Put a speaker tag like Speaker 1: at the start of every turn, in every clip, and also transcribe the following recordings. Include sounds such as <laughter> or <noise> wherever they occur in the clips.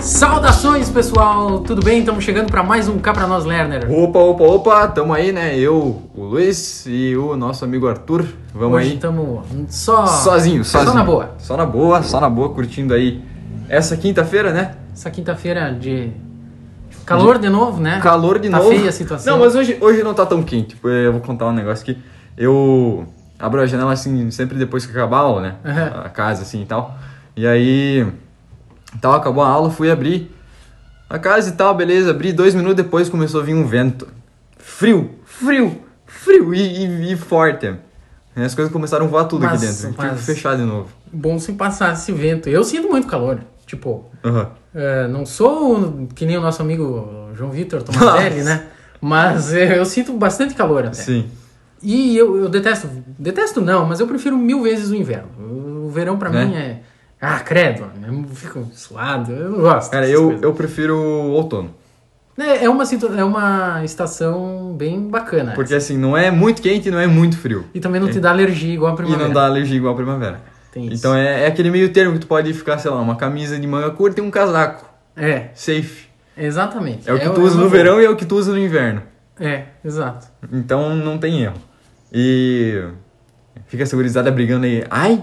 Speaker 1: Saudações pessoal, tudo bem? Estamos chegando para mais um Cá pra Nós Lerner.
Speaker 2: Opa, opa, opa, tamo aí, né? Eu, o Luiz e o nosso amigo Arthur. Vamos
Speaker 1: Hoje
Speaker 2: aí.
Speaker 1: estamos só
Speaker 2: Sozinho,
Speaker 1: então, só
Speaker 2: sozinho.
Speaker 1: na boa.
Speaker 2: Só na boa, só na boa, curtindo aí essa quinta-feira, né?
Speaker 1: Essa quinta-feira de calor de novo, né?
Speaker 2: Calor de
Speaker 1: Tá
Speaker 2: novo.
Speaker 1: feia a situação.
Speaker 2: Não, mas hoje, hoje não tá tão quente. Tipo, Eu vou contar um negócio aqui. Eu abro a janela assim, sempre depois que acabar a aula, né?
Speaker 1: Aham.
Speaker 2: A casa assim e tal. E aí, tal, acabou a aula, fui abrir a casa e tal, beleza. Abri dois minutos depois começou a vir um vento. Frio, frio, frio e, e- e forte. E as coisas começaram a voar tudo
Speaker 1: Mas-
Speaker 2: aqui dentro. Tive
Speaker 1: mas-
Speaker 2: que fechar de novo.
Speaker 1: Bom se passar esse vento. Eu sinto muito calor. Tipo,
Speaker 2: Aham.
Speaker 1: é, não sou que nem o nosso amigo João Vitor Tomazelli,
Speaker 2: Nossa.
Speaker 1: né? Mas é, eu sinto bastante calor até.
Speaker 2: Sim.
Speaker 1: E eu, eu detesto, detesto não, mas eu prefiro mil vezes o inverno. O verão pra
Speaker 2: Né?
Speaker 1: mim é. Ah, credo, eu fico suado, eu não gosto.
Speaker 2: Cara,
Speaker 1: dessas
Speaker 2: eu,
Speaker 1: coisas.
Speaker 2: eu prefiro o outono.
Speaker 1: É, é uma, situa- é uma estação bem bacana.
Speaker 2: Porque assim, não é muito quente e não é muito frio.
Speaker 1: E também não te dá alergia igual a
Speaker 2: E
Speaker 1: primavera.
Speaker 2: não dá alergia igual à primavera.
Speaker 1: Tem isso.
Speaker 2: Então é, é aquele meio termo que tu pode ficar, sei lá, uma camisa de manga curta e um casaco.
Speaker 1: É,
Speaker 2: Safe.
Speaker 1: exatamente.
Speaker 2: É o que tu usa
Speaker 1: é
Speaker 2: no
Speaker 1: uma-
Speaker 2: verão e é o que tu usa no inverno.
Speaker 1: É, exato.
Speaker 2: Então não tem erro. E fica a segurizada brigando aí. Ai,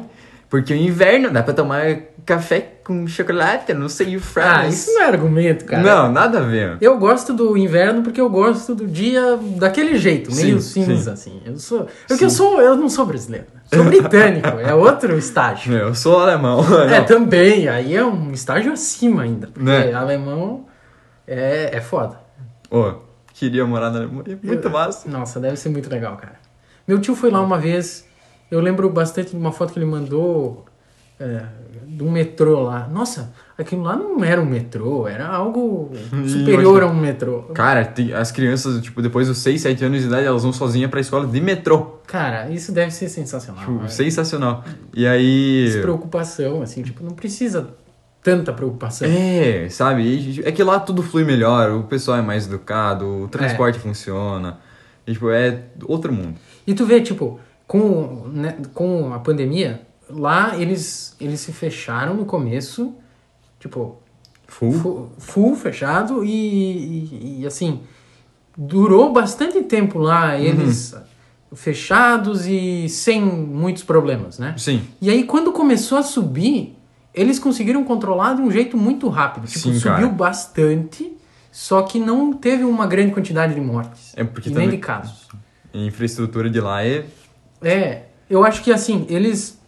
Speaker 2: porque o inverno dá pra tomar café com chocolate, não sei, o
Speaker 1: Ah,
Speaker 2: fries.
Speaker 1: isso não é argumento, cara.
Speaker 2: não, nada a ver.
Speaker 1: Eu gosto do inverno porque eu gosto do dia daquele jeito, meio
Speaker 2: Sim,
Speaker 1: cinza, assim. Eu sou. Porque eu sou. Eu não sou brasileiro. né? Sou britânico, é outro estágio.
Speaker 2: Eu sou alemão. <laughs>
Speaker 1: É,
Speaker 2: Não.
Speaker 1: também. Aí é um estágio acima ainda. Porque
Speaker 2: Né?
Speaker 1: alemão é, é foda.
Speaker 2: Ô, queria morar na Alemanha.
Speaker 1: É.
Speaker 2: Muito massa.
Speaker 1: Nossa, deve ser muito legal, cara. Meu tio foi lá uma vez. Eu lembro bastante de uma foto que ele mandou é, de um metrô lá. Nossa, aquilo lá não era um metrô, era algo superior
Speaker 2: hoje-
Speaker 1: a um metrô.
Speaker 2: Cara, tem- as crianças, tipo, depois dos 6, 7 anos de idade, elas vão sozinhas pra escola de metrô.
Speaker 1: Cara, isso deve ser sensacional.
Speaker 2: Tipo,
Speaker 1: né?
Speaker 2: sensacional. E aí.
Speaker 1: Despreocupação, assim, tipo, não precisa tanta preocupação.
Speaker 2: É, sabe? E, É que lá tudo flui melhor, o pessoal é mais educado, o
Speaker 1: É.
Speaker 2: transporte funciona. E, tipo, é outro mundo.
Speaker 1: E tu vê, tipo, com, né, com a pandemia, lá eles, eles se fecharam no começo, tipo,
Speaker 2: Full.
Speaker 1: fu- full fechado e, e- e, assim, durou bastante tempo lá eles
Speaker 2: Uhum.
Speaker 1: fechados e sem muitos problemas, né?
Speaker 2: Sim.
Speaker 1: E aí, quando começou a subir, eles conseguiram controlar de um jeito muito rápido. Tipo,
Speaker 2: Sim,
Speaker 1: subiu
Speaker 2: cara.
Speaker 1: bastante, só que não teve uma grande quantidade de mortes.
Speaker 2: É porque
Speaker 1: e nem
Speaker 2: também-
Speaker 1: de casos.
Speaker 2: A infraestrutura de lá é.
Speaker 1: É, eu acho que assim, eles,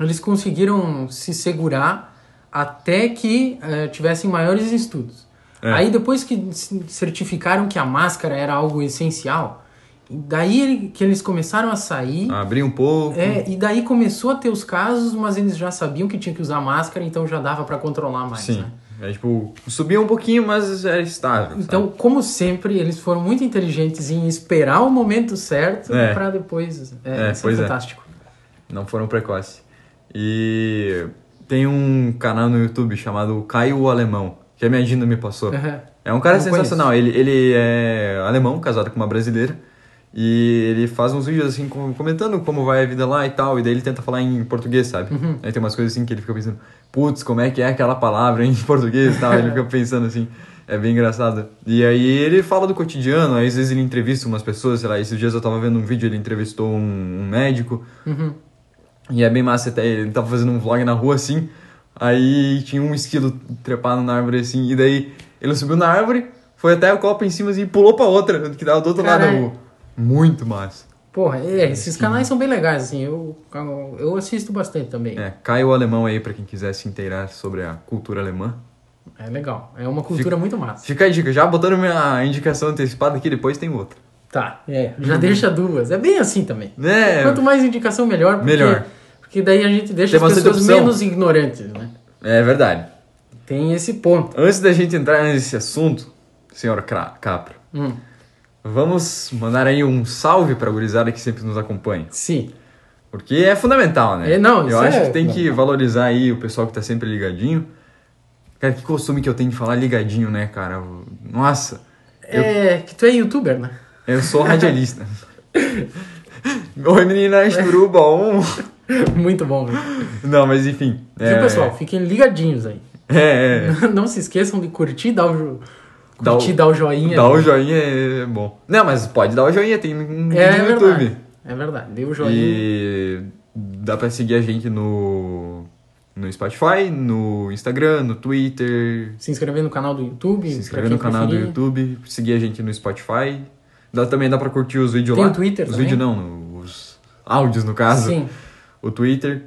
Speaker 1: eles conseguiram se segurar até que eh, tivessem maiores estudos.
Speaker 2: É.
Speaker 1: Aí depois que c- certificaram que a máscara era algo essencial, daí ele- que eles começaram a sair...
Speaker 2: Abrir um pouco.
Speaker 1: É, e daí começou a ter os casos, mas eles já sabiam que tinha que usar máscara, então já dava pra controlar mais,
Speaker 2: Sim.
Speaker 1: né?
Speaker 2: É tipo, subia um pouquinho, mas é estável.
Speaker 1: Então,
Speaker 2: sabe?
Speaker 1: como sempre, eles foram muito inteligentes em esperar o momento certo pra
Speaker 2: É.
Speaker 1: depois. É,
Speaker 2: É,
Speaker 1: isso é
Speaker 2: pois é.
Speaker 1: fantástico.
Speaker 2: Não foram precoce. E tem um canal no YouTube chamado Caio o Alemão, que a minha Dina me passou.
Speaker 1: Aham.
Speaker 2: É um cara
Speaker 1: Não
Speaker 2: sensacional. Ele, ele é alemão, casado com uma brasileira. E ele faz uns vídeos assim, com- comentando como vai a vida lá e tal. E daí ele tenta falar em português, sabe? Aí tem umas coisas assim que ele fica pensando: putz, como é que é aquela palavra em <laughs> português e tal. Ele fica pensando assim. É bem engraçado. E aí ele fala do cotidiano, aí às vezes ele entrevista umas pessoas, sei lá, esses dias eu tava vendo um vídeo, ele entrevistou um, um médico, e é bem massa até, ele tava fazendo um vlog na rua assim, aí tinha um esquilo trepado na árvore assim, e daí ele subiu na árvore, foi até a copa em cima assim, e pulou pra outra, que dava do outro lado
Speaker 1: Caralho.
Speaker 2: da rua. Muito massa.
Speaker 1: Porra,
Speaker 2: Uhum.
Speaker 1: é, esses canais são bem legais, assim, eu, eu assisto bastante também. É.
Speaker 2: É, cai o alemão aí pra quem quiser se inteirar sobre a cultura alemã.
Speaker 1: legal, é uma cultura muito massa.
Speaker 2: Fica a dica, já botando minha indicação antecipada aqui, depois tem outra.
Speaker 1: Tá, é, já
Speaker 2: Uhum.
Speaker 1: deixa duas, é bem assim também.
Speaker 2: Né?
Speaker 1: Quanto mais indicação, melhor. Porque,
Speaker 2: Melhor.
Speaker 1: Porque daí a gente deixa
Speaker 2: Tem
Speaker 1: as
Speaker 2: bastante
Speaker 1: pessoas
Speaker 2: opção.
Speaker 1: menos ignorantes, né?
Speaker 2: É verdade.
Speaker 1: Tem esse ponto.
Speaker 2: Antes da gente entrar nesse assunto, senhor Cra- Capra,
Speaker 1: Hum,
Speaker 2: vamos mandar aí um salve pra gurizada que sempre nos acompanha.
Speaker 1: sim.
Speaker 2: Porque é fundamental, né?
Speaker 1: É, não,
Speaker 2: Eu
Speaker 1: isso
Speaker 2: acho
Speaker 1: é
Speaker 2: que tem que valorizar aí o pessoal que tá sempre ligadinho. Cara, que costume que eu tenho de falar ligadinho, né, cara? Nossa,
Speaker 1: É que tu é youtuber, né? <laughs>
Speaker 2: eu sou radialista. Oi, meninas, tudo bom?
Speaker 1: Muito bom. Viu,
Speaker 2: um. Não, mas enfim.
Speaker 1: Viu, pessoal? Fiquem ligadinhos aí.
Speaker 2: É,
Speaker 1: <laughs>
Speaker 2: é.
Speaker 1: Não se esqueçam de curtir, dar o,
Speaker 2: Dá o-
Speaker 1: curtir, dar o joinha. né?
Speaker 2: Dá o joinha é bom. Não, mas pode dar o joinha, tem no
Speaker 1: É
Speaker 2: no YouTube.
Speaker 1: verdade. É verdade. Dê o joinha.
Speaker 2: E dá pra seguir a gente no, no Spotify, no Instagram, no Twitter.
Speaker 1: Se inscrever no canal do YouTube.
Speaker 2: Se
Speaker 1: pra
Speaker 2: inscrever
Speaker 1: quem
Speaker 2: no canal
Speaker 1: preferir.
Speaker 2: do YouTube, seguir a gente no Spotify. Dá, também dá pra curtir os vídeos
Speaker 1: Tem
Speaker 2: lá.
Speaker 1: o Twitter
Speaker 2: Os
Speaker 1: também.
Speaker 2: vídeos não, os áudios no caso.
Speaker 1: Sim.
Speaker 2: O Twitter.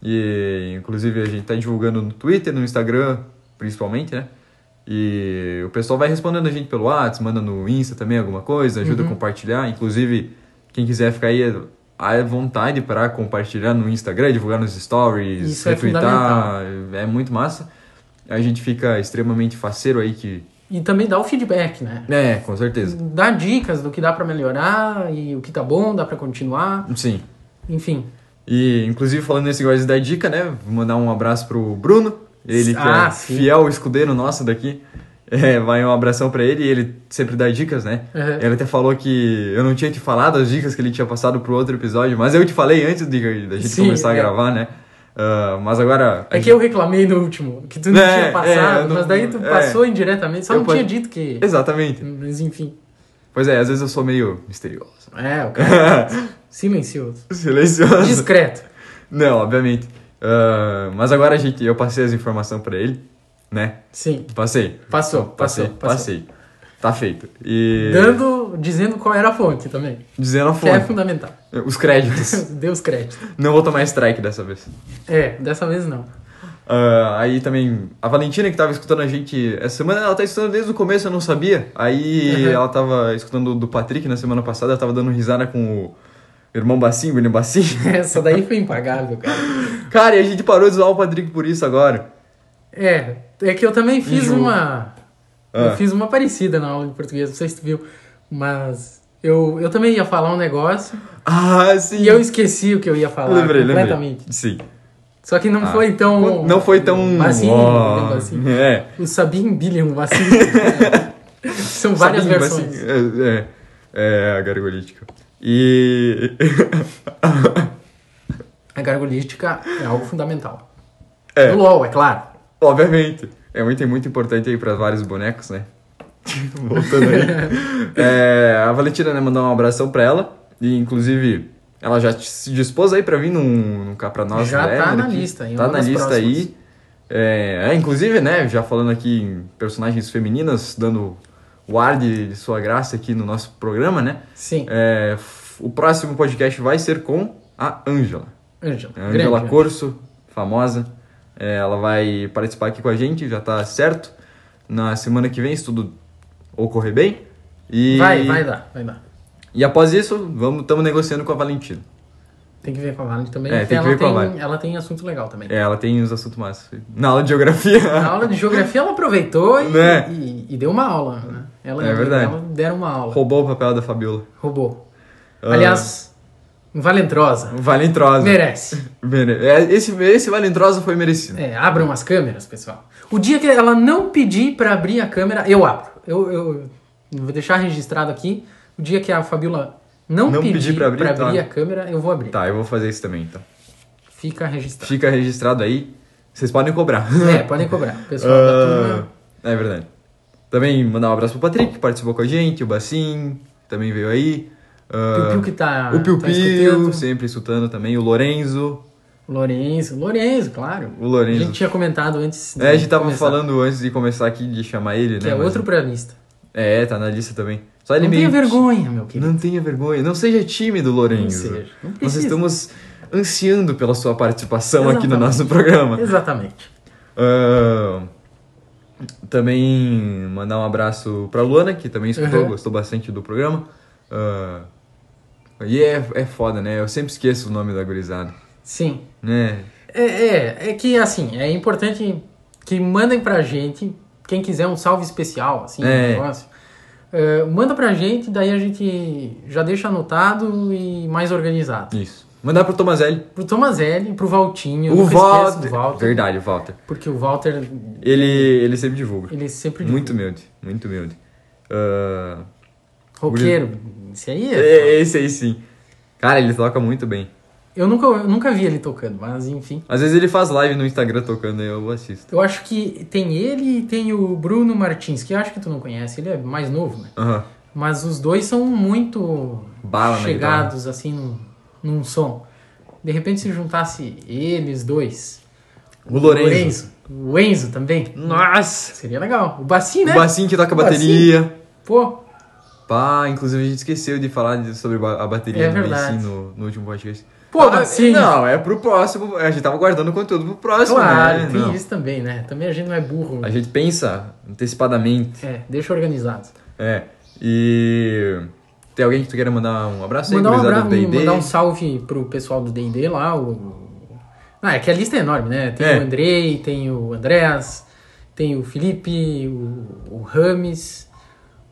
Speaker 2: E inclusive a gente tá divulgando no Twitter, no Instagram, principalmente, né? E o pessoal vai respondendo a gente pelo WhatsApp, manda no Insta também alguma coisa, ajuda
Speaker 1: Uhum.
Speaker 2: a compartilhar. Inclusive, quem quiser ficar aí à vontade para compartilhar no Instagram, divulgar nos stories,
Speaker 1: Isso é fundamental.
Speaker 2: tá, é muito massa. A gente fica extremamente faceiro aí que
Speaker 1: E também dá o feedback, né?
Speaker 2: é, com certeza.
Speaker 1: Dá dicas do que dá pra melhorar e o que tá bom, dá pra continuar.
Speaker 2: Sim.
Speaker 1: Enfim.
Speaker 2: E, inclusive, falando nesse negócio da dica, né? Vou mandar um abraço pro Bruno. Ele que
Speaker 1: Ah,
Speaker 2: é
Speaker 1: sim.
Speaker 2: fiel escudeiro nosso daqui. É, vai um abração pra ele e ele sempre dá dicas, né?
Speaker 1: Uhum.
Speaker 2: Ele até falou que eu não tinha te falado as dicas que ele tinha passado pro outro episódio, mas eu te falei antes de, da gente
Speaker 1: Sim,
Speaker 2: começar
Speaker 1: é.
Speaker 2: a gravar, né? Ah, mas agora. a
Speaker 1: É que eu reclamei no último, que tu não
Speaker 2: É,
Speaker 1: tinha passado,
Speaker 2: é, eu não-
Speaker 1: mas daí tu
Speaker 2: é.
Speaker 1: passou indiretamente, só
Speaker 2: Eu
Speaker 1: não
Speaker 2: pode-
Speaker 1: tinha dito
Speaker 2: <laughs>
Speaker 1: que.
Speaker 2: Exatamente.
Speaker 1: Mas enfim.
Speaker 2: Pois é, às vezes eu sou meio misterioso. <laughs>
Speaker 1: É, o cara. silencioso.
Speaker 2: Silencioso.
Speaker 1: Discreto.
Speaker 2: Não, obviamente. Ah, mas agora a gente, eu passei as informações pra ele, né?
Speaker 1: Sim.
Speaker 2: Passei.
Speaker 1: Passou,
Speaker 2: Passei,
Speaker 1: passou, passou.
Speaker 2: passei. Tá feito. E
Speaker 1: Dando, dizendo qual era a fonte também.
Speaker 2: dizendo a
Speaker 1: Que é
Speaker 2: fonte.
Speaker 1: fundamental. <laughs>
Speaker 2: Os créditos.
Speaker 1: Deu os créditos.
Speaker 2: Não vou tomar strike dessa vez.
Speaker 1: É, dessa vez não. <laughs>
Speaker 2: Ah, aí também, a Valentina que tava escutando a gente essa semana, ela tá escutando desde o começo, eu não sabia. Aí
Speaker 1: Uhum.
Speaker 2: ela tava escutando do Patrick na semana passada, ela tava dando risada com o irmão Bacinho,
Speaker 1: <laughs>
Speaker 2: William Bacinho.
Speaker 1: Essa daí foi impagável, cara.
Speaker 2: Cara, e a gente parou de zoar o Patrick por isso agora.
Speaker 1: É, é que eu também fiz
Speaker 2: Enjoo.
Speaker 1: uma.
Speaker 2: Um Ah.
Speaker 1: Eu fiz uma parecida na aula de português, não sei se tu viu. Mas eu, eu também ia falar um negócio
Speaker 2: Ah, sim.
Speaker 1: e eu esqueci o que eu ia falar
Speaker 2: lembrei,
Speaker 1: completamente.
Speaker 2: lembrei. Sim.
Speaker 1: Só que não foi tão.
Speaker 2: Não foi tão.
Speaker 1: Assim,
Speaker 2: ó,
Speaker 1: digamos assim.
Speaker 2: É.
Speaker 1: O Sabin Billion
Speaker 2: <laughs>
Speaker 1: Vacin. São várias
Speaker 2: Sabinho,
Speaker 1: versões.
Speaker 2: Bacinho, é, é, é, a gargolítica. E. <laughs>
Speaker 1: A gargolística é algo fundamental.
Speaker 2: É.
Speaker 1: Do LOL, é claro.
Speaker 2: Obviamente. É muito, é muito importante aí para vários bonecos, né? <laughs> Voltando
Speaker 1: <laughs>
Speaker 2: aí. É, a Valentina, né, mandar um abração pra ela. E, inclusive, ela já se dispôs aí pra vir num, num cá pra nós.
Speaker 1: Já
Speaker 2: né,
Speaker 1: tá na
Speaker 2: aqui.
Speaker 1: lista, em
Speaker 2: Tá
Speaker 1: uma
Speaker 2: na
Speaker 1: das
Speaker 2: lista
Speaker 1: próximas.
Speaker 2: aí. É, é, inclusive, né, já falando aqui em personagens femininas, dando o ar de, de sua graça aqui no nosso programa, né?
Speaker 1: Sim.
Speaker 2: É, f- o próximo podcast vai ser com a Ângela.
Speaker 1: Ângela.
Speaker 2: A É, Angela
Speaker 1: grande, né?
Speaker 2: Corso, famosa. É, ela vai participar aqui com a gente, já tá certo. Na semana que vem, se tudo ocorrer bem. E,
Speaker 1: Vai, vai dar, vai dar.
Speaker 2: E após isso, vamos estamos negociando com a Valentina.
Speaker 1: Tem que ver com a Valen também.
Speaker 2: É,
Speaker 1: porque
Speaker 2: tem que
Speaker 1: ela,
Speaker 2: ver com a
Speaker 1: tem,
Speaker 2: Valen.
Speaker 1: ela tem assunto legal também.
Speaker 2: É, ela tem uns assuntos massas. Na aula de geografia.
Speaker 1: Na <laughs> aula de geografia ela aproveitou e,
Speaker 2: Né?
Speaker 1: e- e deu uma aula, né? Ela,
Speaker 2: É verdade.
Speaker 1: Ela deram uma aula.
Speaker 2: Roubou o papel da Fabiola.
Speaker 1: Roubou.
Speaker 2: Ah.
Speaker 1: Aliás, um Valentrosa.
Speaker 2: Valentrosa.
Speaker 1: Merece.
Speaker 2: Mere- é, Esse, esse Valentrosa foi merecido.
Speaker 1: É, abram as câmeras, pessoal. O dia que ela não pedir pra abrir a câmera, eu abro. Eu, eu- eu vou deixar registrado aqui. O dia que a Fabiola não,
Speaker 2: Não pedir pra abrir, tá.
Speaker 1: a câmera, eu vou abrir.
Speaker 2: Tá, eu vou fazer isso também, então.
Speaker 1: Fica registrado.
Speaker 2: Fica registrado aí. Vocês podem cobrar.
Speaker 1: É, podem cobrar. Pessoal da
Speaker 2: Ah,
Speaker 1: turma.
Speaker 2: é verdade. Também mandar um abraço pro Patrick, que participou com a gente, o Bacim, que também veio aí. Ah,
Speaker 1: Piu Piu que tá.
Speaker 2: o Piu
Speaker 1: tá
Speaker 2: Piu,
Speaker 1: escutando.
Speaker 2: sempre escutando também, o Lorenzo.
Speaker 1: Lourenço, Lourenço, claro.
Speaker 2: O Lourenço.
Speaker 1: A gente tinha comentado antes.
Speaker 2: É, a gente tava
Speaker 1: começar,
Speaker 2: falando antes de começar aqui de chamar ele,
Speaker 1: Que
Speaker 2: né?
Speaker 1: é
Speaker 2: mas-
Speaker 1: outro pianista.
Speaker 2: É, tá na lista também. Só ele
Speaker 1: não
Speaker 2: meio...
Speaker 1: tenha vergonha, meu querido.
Speaker 2: Não tenha vergonha. Não seja tímido, Lorenzo.
Speaker 1: Não seja, não
Speaker 2: Nós
Speaker 1: precisa.
Speaker 2: estamos ansiando pela sua participação aqui no
Speaker 1: Exatamente.
Speaker 2: nosso programa.
Speaker 1: Exatamente.
Speaker 2: Ahn, também mandar um abraço pra Luana, que também escutou,
Speaker 1: Uhum.
Speaker 2: gostou bastante do programa. Ahn, e é, é foda, né? Eu sempre esqueço o nome da gurizada.
Speaker 1: Sim.
Speaker 2: Né?
Speaker 1: É, é, é que assim, é importante que mandem pra gente, quem quiser um salve especial, assim,
Speaker 2: É.
Speaker 1: um negócio. É, manda pra gente, daí a gente já deixa anotado e mais organizado.
Speaker 2: Isso. Mandar pro Tomazelli.
Speaker 1: Pro Tomazelli, pro Valtinho, eu
Speaker 2: O
Speaker 1: nunca esqueço
Speaker 2: Walter.
Speaker 1: do Walter,
Speaker 2: Verdade, o Walter.
Speaker 1: porque o Walter,
Speaker 2: Ele, ele sempre divulga.
Speaker 1: ele é sempre
Speaker 2: Muito humilde, muito humilde. Ahn,
Speaker 1: roqueiro. Isso aí é
Speaker 2: é, esse aí sim. Cara, ele toca muito bem.
Speaker 1: Eu nunca, eu nunca vi ele tocando, mas enfim.
Speaker 2: Às vezes ele faz live no Instagram tocando e eu assisto.
Speaker 1: Eu acho que tem ele e tem o Bruno Martins, que eu acho que tu não conhece, ele é mais novo, né?
Speaker 2: Aham.
Speaker 1: Mas os dois são muito
Speaker 2: Bala na
Speaker 1: chegados, assim, num, num som. De repente, se juntasse eles dois.
Speaker 2: O Lorenzo.
Speaker 1: O Enzo também.
Speaker 2: Nossa!
Speaker 1: Seria legal. O Bassin, né?
Speaker 2: O Bacinho que toca
Speaker 1: O Bacinho.
Speaker 2: bateria.
Speaker 1: Pô,
Speaker 2: Pá, inclusive a gente esqueceu de falar de- sobre ba- a bateria
Speaker 1: É
Speaker 2: do
Speaker 1: verdade.
Speaker 2: Bacinho no, no último podcast.
Speaker 1: Pô, Bacinho.
Speaker 2: Não, é pro próximo. A gente tava guardando o conteúdo pro próximo, né?
Speaker 1: claro, tem
Speaker 2: Não.
Speaker 1: isso também, né? Também a gente não é burro.
Speaker 2: A gente pensa antecipadamente.
Speaker 1: É, deixa organizado.
Speaker 2: É. E. Tem alguém que tu queira mandar um abraço
Speaker 1: Mandar
Speaker 2: aí,
Speaker 1: um,
Speaker 2: gurizada
Speaker 1: abraço,
Speaker 2: do D&D?
Speaker 1: mandar um salve pro pessoal do D&D lá. O... Ah, é que a lista é enorme, né? Tem
Speaker 2: É.
Speaker 1: o Andrei, tem o Andreas, tem o Felipe, o, o Rames,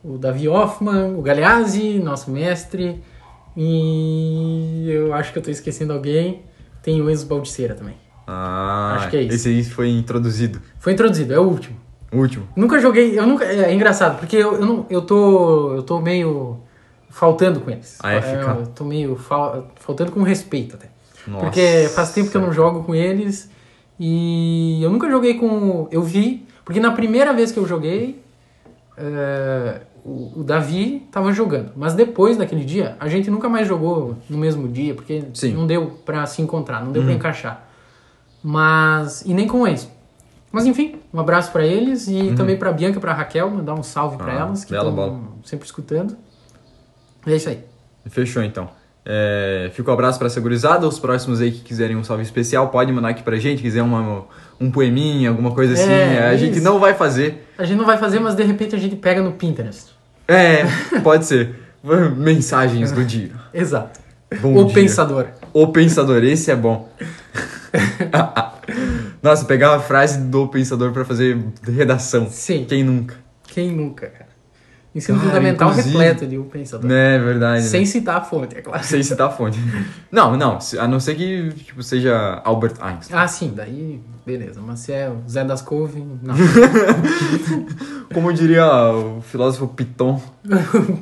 Speaker 1: o Davi Hoffman, o Galeazzi, nosso mestre. E eu acho que eu tô esquecendo alguém. Tem o Enzo Baldiceira também.
Speaker 2: Ah,
Speaker 1: Acho que é isso.
Speaker 2: Esse aí foi introduzido.
Speaker 1: Foi introduzido, é o último.
Speaker 2: O último.
Speaker 1: Nunca joguei, eu nunca. É, é engraçado, porque eu, eu, não, eu, tô, eu tô meio faltando com eles.
Speaker 2: Ah, é, fica.
Speaker 1: Eu tô meio fal- faltando com respeito até.
Speaker 2: Nossa.
Speaker 1: Porque faz tempo que eu não jogo com eles e eu nunca joguei com. Eu vi, porque na primeira vez que eu joguei, eh, o, o Davi tava jogando. Mas depois daquele dia, a gente nunca mais jogou no mesmo dia, porque
Speaker 2: Sim. Hum.
Speaker 1: não deu pra se encontrar, não deu pra encaixar. Mas. E nem com o Enzo. Mas enfim, um abraço pra eles e também pra Bianca e pra Raquel, mandar um salve pra
Speaker 2: Uhum. Ah,
Speaker 1: elas, que
Speaker 2: bela bola.
Speaker 1: estão sempre escutando. É isso aí.
Speaker 2: Fechou então. É, fica o abraço pra essa gurizada. Os próximos aí que quiserem um salve especial, pode mandar aqui pra gente. Quiser uma, um poeminha, alguma coisa assim. A
Speaker 1: É, isso.
Speaker 2: gente não vai fazer.
Speaker 1: A gente não vai fazer, mas de repente a gente pega no Pinterest.
Speaker 2: É, pode ser. Mensagens do dia.
Speaker 1: Exato.
Speaker 2: Bom
Speaker 1: o
Speaker 2: Um dia.
Speaker 1: pensador.
Speaker 2: O pensador, esse é bom. <laughs> Nossa, pegar uma frase do pensador pra fazer redação.
Speaker 1: Sim.
Speaker 2: Quem nunca?
Speaker 1: Quem nunca, cara? Ensino
Speaker 2: Cara,
Speaker 1: fundamental
Speaker 2: inclusive-
Speaker 1: repleto de um pensador.
Speaker 2: Né, é verdade. né?
Speaker 1: Sem citar a fonte, é claro.
Speaker 2: Sem citar a tá fonte. Não, não. se- A não ser que tipo, seja Albert Einstein.
Speaker 1: Ah, sim, daí beleza. Mas se é o Zé das Couve,
Speaker 2: <laughs>
Speaker 1: não.
Speaker 2: Como diria o filósofo Piton.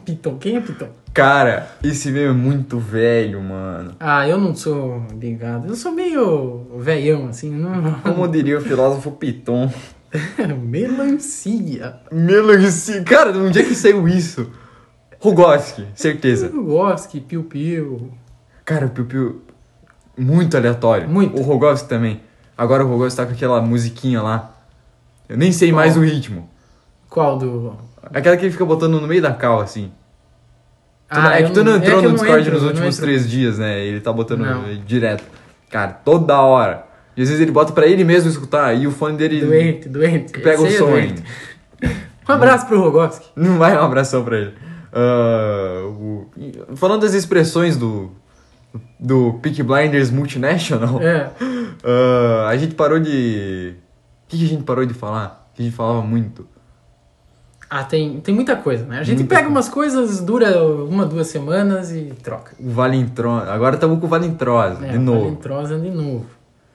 Speaker 1: Piton, quem é Piton?
Speaker 2: Cara, esse meme é muito velho, mano.
Speaker 1: Ah, eu não sou ligado. Eu sou meio velhão, assim. Não...
Speaker 2: Como diria o filósofo Piton.
Speaker 1: <laughs> Melancia.
Speaker 2: Melancia. Cara, onde é que saiu isso? Rogowski, certeza.
Speaker 1: Goski, piu-piu.
Speaker 2: Cara, o Piu Piu. Muito aleatório.
Speaker 1: Muito.
Speaker 2: O Rogowski também. Agora o Rogowski tá com aquela musiquinha lá. Eu nem sei mais o ritmo.
Speaker 1: Qual do.
Speaker 2: Aquela que ele fica botando no meio da cal, assim. Tu não- é
Speaker 1: eu
Speaker 2: que tu não entrou
Speaker 1: é que eu
Speaker 2: no Discord
Speaker 1: entro, eu
Speaker 2: nos
Speaker 1: não
Speaker 2: últimos
Speaker 1: entro.
Speaker 2: três dias, né? Ele tá botando
Speaker 1: Não.
Speaker 2: eh, direto. Cara, toda hora. E às vezes ele bota pra ele mesmo escutar e o fone dele
Speaker 1: Doente, doente.
Speaker 2: que pega o
Speaker 1: Esse aí é
Speaker 2: som
Speaker 1: doente.
Speaker 2: ainda.
Speaker 1: Um abraço pro Rogoski.
Speaker 2: Não vai um abração pra ele. Ah, o- e- Falando das expressões do. Do Peak Blinders Multinational,
Speaker 1: É.
Speaker 2: <laughs> ah, a gente parou de. O que, que a gente parou de falar? Que a gente falava muito.
Speaker 1: Ah, tem, tem muita coisa, né? A gente
Speaker 2: Muita
Speaker 1: pega
Speaker 2: coisa.
Speaker 1: umas coisas, dura uma, duas semanas e troca.
Speaker 2: O Valentron. Agora estamos com o Valentrosa,
Speaker 1: É,
Speaker 2: de novo.
Speaker 1: Valentrosa de novo.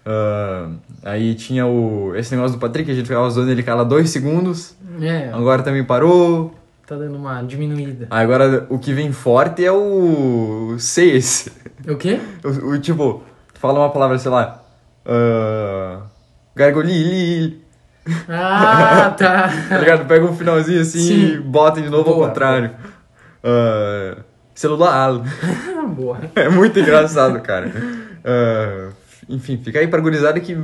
Speaker 2: Ah, aí tinha o esse negócio do Patrick, a gente ficava usando ele cada dois segundos.
Speaker 1: É,
Speaker 2: Agora também parou.
Speaker 1: tá dando uma
Speaker 2: <laughs>
Speaker 1: diminuída.
Speaker 2: Agora o que vem forte é o 6.
Speaker 1: O quê?
Speaker 2: O, o tipo, fala uma palavra, sei lá. ah, gargolili.
Speaker 1: Ah,
Speaker 2: <laughs>
Speaker 1: tá.
Speaker 2: Tá ligado? Pega um finalzinho assim
Speaker 1: Sim.
Speaker 2: e bota de novo
Speaker 1: Boa,
Speaker 2: ao contrário. Ah, celular.
Speaker 1: Ah, Boa.
Speaker 2: <laughs> É muito engraçado, cara. Ah, enfim, fica aí pra gurizada que,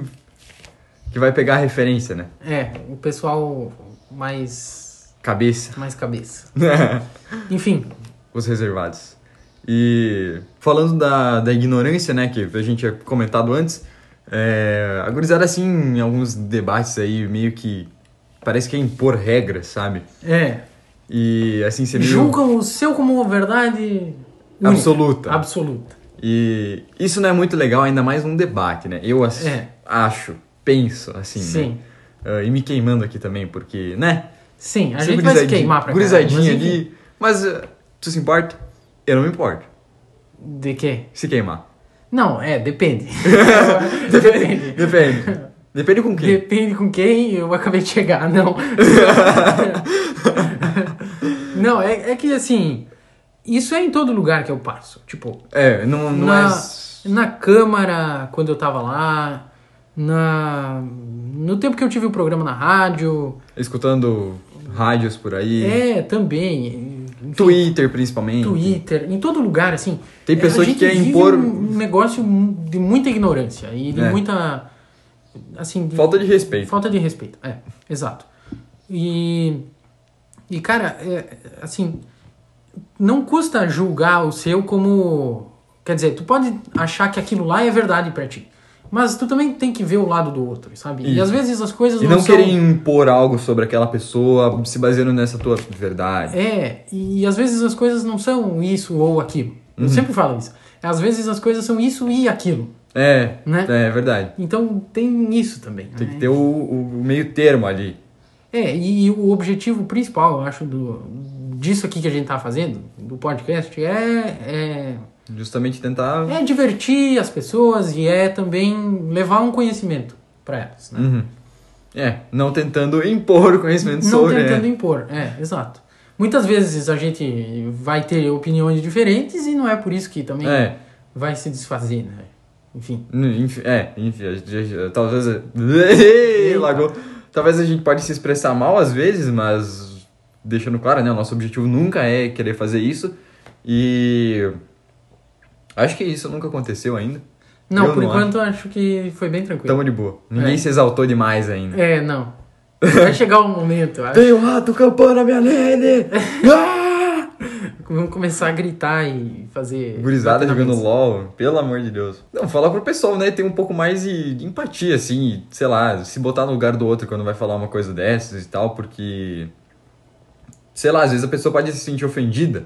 Speaker 2: que vai pegar a referência, né?
Speaker 1: É, o pessoal mais.
Speaker 2: Cabeça.
Speaker 1: mais
Speaker 2: <laughs>
Speaker 1: cabeça. Enfim,
Speaker 2: os reservados. E falando da, da ignorância, né, que a gente tinha comentado antes, é, a gurizada, assim, em alguns debates aí, meio que parece que é impor regras, sabe?
Speaker 1: é.
Speaker 2: E, assim, ser meio
Speaker 1: Julgam o seu como verdade única,
Speaker 2: absoluta.
Speaker 1: Absoluta.
Speaker 2: E isso não é muito legal, ainda mais num debate, né? Eu ass-
Speaker 1: É.
Speaker 2: acho, penso, assim, né?
Speaker 1: Sim.
Speaker 2: Ah, e me queimando aqui também, porque, né?
Speaker 1: Sim, a
Speaker 2: ser
Speaker 1: gente vai se
Speaker 2: gurizadinha-
Speaker 1: queimar pra
Speaker 2: Gurizadinha
Speaker 1: caralho, mas enfim.
Speaker 2: ali, mas ah, tu se importa? Eu não me importo.
Speaker 1: De quê?
Speaker 2: Se queimar.
Speaker 1: Não, é,
Speaker 2: <laughs>
Speaker 1: depende. <laughs> depende. <laughs>
Speaker 2: Depende. Depende com quem.
Speaker 1: Depende com quem eu acabei de chegar,
Speaker 2: <laughs>
Speaker 1: não. não, é, é que assim, isso é em todo lugar que eu passo. Tipo,
Speaker 2: É, não, não
Speaker 1: na,
Speaker 2: é.
Speaker 1: na Câmara, quando eu tava lá, na no tempo que eu tive o programa na rádio,
Speaker 2: Escutando rádios por aí.
Speaker 1: é, também, enfim,
Speaker 2: Twitter, principalmente.
Speaker 1: Twitter, em todo lugar, assim.
Speaker 2: Tem
Speaker 1: A
Speaker 2: pessoa que
Speaker 1: gente
Speaker 2: quer
Speaker 1: vive
Speaker 2: impor-
Speaker 1: um negócio de muita ignorância e de
Speaker 2: É.
Speaker 1: muita, assim... de-
Speaker 2: Falta de respeito.
Speaker 1: Falta de respeito, é, exato. E, e cara, é, assim, não custa julgar o seu como. Quer dizer, tu pode achar que aquilo lá é verdade pra ti, mas tu também tem que ver o lado do outro, sabe? E
Speaker 2: Isso.
Speaker 1: às vezes as coisas
Speaker 2: E não
Speaker 1: são...
Speaker 2: querer impor algo sobre aquela pessoa se baseando nessa tua verdade.
Speaker 1: É, e às vezes as coisas não são isso ou aquilo. Eu
Speaker 2: Uhum.
Speaker 1: sempre falo isso. Às vezes as coisas são isso e aquilo,
Speaker 2: É,
Speaker 1: né?
Speaker 2: é, é verdade.
Speaker 1: Então tem isso também.
Speaker 2: Tem
Speaker 1: né?
Speaker 2: que ter o, o meio termo ali.
Speaker 1: É, e o objetivo principal, eu acho, do, disso aqui que a gente tá fazendo, do podcast, é,
Speaker 2: Justamente tentar.
Speaker 1: é, é divertir as pessoas e é também levar um conhecimento para elas, né?
Speaker 2: Uhum. É, não tentando impor o conhecimento
Speaker 1: Não
Speaker 2: sobre. né?
Speaker 1: tentando impor, é, exato. Muitas vezes a gente vai ter opiniões diferentes e não é por isso que também
Speaker 2: É.
Speaker 1: vai se desfazer, né? Enfim.
Speaker 2: Enfim, é, enfim, a <laughs> gente- talvez. Ei,
Speaker 1: Eita.
Speaker 2: Largou. Talvez a gente pode se expressar mal às vezes, mas deixando claro, né? O nosso objetivo nunca é querer fazer isso. E. Acho que isso nunca aconteceu ainda.
Speaker 1: Não,
Speaker 2: Eu
Speaker 1: por
Speaker 2: não
Speaker 1: enquanto eu acho que foi bem tranquilo.
Speaker 2: Tamo de boa. Ninguém
Speaker 1: É.
Speaker 2: se exaltou demais ainda.
Speaker 1: É, não. Vai chegar um momento, eu acho.
Speaker 2: Tem um rato campando na minha <laughs> lane! Ah!
Speaker 1: Vamos começar a gritar e fazer.
Speaker 2: Gurizada
Speaker 1: bater na
Speaker 2: jogando
Speaker 1: mesa.
Speaker 2: LOL, pelo amor de Deus. Não, falar pro pessoal, né? Ter um pouco mais de, de empatia, assim, e, sei lá, se botar no lugar do outro quando vai falar uma coisa dessas e tal, porque. Sei lá, às vezes a pessoa pode se sentir ofendida.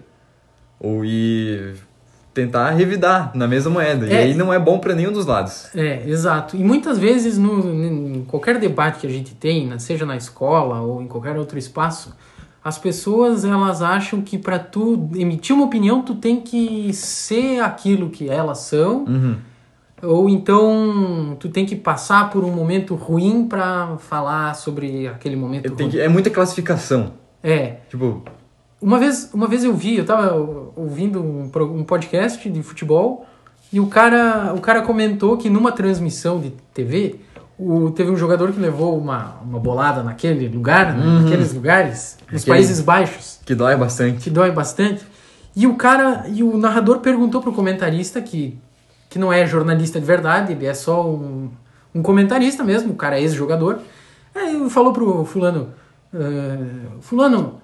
Speaker 2: Ou e tentar revidar na mesma moeda. E
Speaker 1: É.
Speaker 2: aí não é bom pra nenhum dos lados.
Speaker 1: É, exato. E muitas vezes, no, em qualquer debate que a gente tem, né, seja na escola ou em qualquer outro espaço, as pessoas elas acham que para tu emitir uma opinião, tu tem que ser aquilo que elas são,
Speaker 2: Uhum.
Speaker 1: ou então tu tem que passar por um momento ruim para falar sobre aquele momento
Speaker 2: Tem
Speaker 1: ruim.
Speaker 2: que- é muita classificação.
Speaker 1: É.
Speaker 2: Tipo,
Speaker 1: Uma vez, uma vez eu vi, eu tava ouvindo um, pro- um podcast de futebol e o cara, o cara comentou que numa transmissão de TV, o, teve um jogador que levou uma, uma bolada naquele lugar, né? naqueles lugares, nos
Speaker 2: Aquele-
Speaker 1: Países Baixos,
Speaker 2: que dói bastante.
Speaker 1: que dói bastante. E o cara, e o narrador perguntou pro comentarista que, que não é jornalista de verdade, ele é só um, um comentarista mesmo, o cara é ex-jogador. Aí falou pro fulano, "Ah, fulano,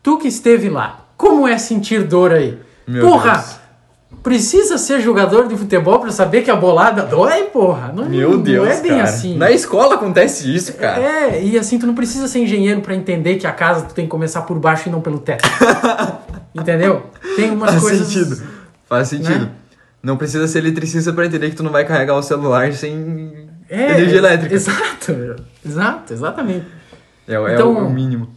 Speaker 1: Tu que esteve lá, como é sentir dor aí?
Speaker 2: Meu
Speaker 1: porra!
Speaker 2: Deus.
Speaker 1: Precisa ser jogador de futebol pra saber que a bolada dói, porra? Não,
Speaker 2: Meu Deus.
Speaker 1: não é bem
Speaker 2: cara.
Speaker 1: assim.
Speaker 2: Na escola acontece isso, cara.
Speaker 1: É, e assim, tu não precisa ser engenheiro pra entender que a casa tu tem que começar por baixo e não pelo
Speaker 2: <laughs>
Speaker 1: teto. Entendeu? Tem umas
Speaker 2: Faz
Speaker 1: coisas. né?
Speaker 2: sentido. Faz sentido. Não precisa ser eletricista pra entender que tu não vai carregar o celular sem
Speaker 1: É,
Speaker 2: energia elétrica.
Speaker 1: Exato, exato, exatamente.
Speaker 2: É, é o-
Speaker 1: Então-
Speaker 2: é o mínimo.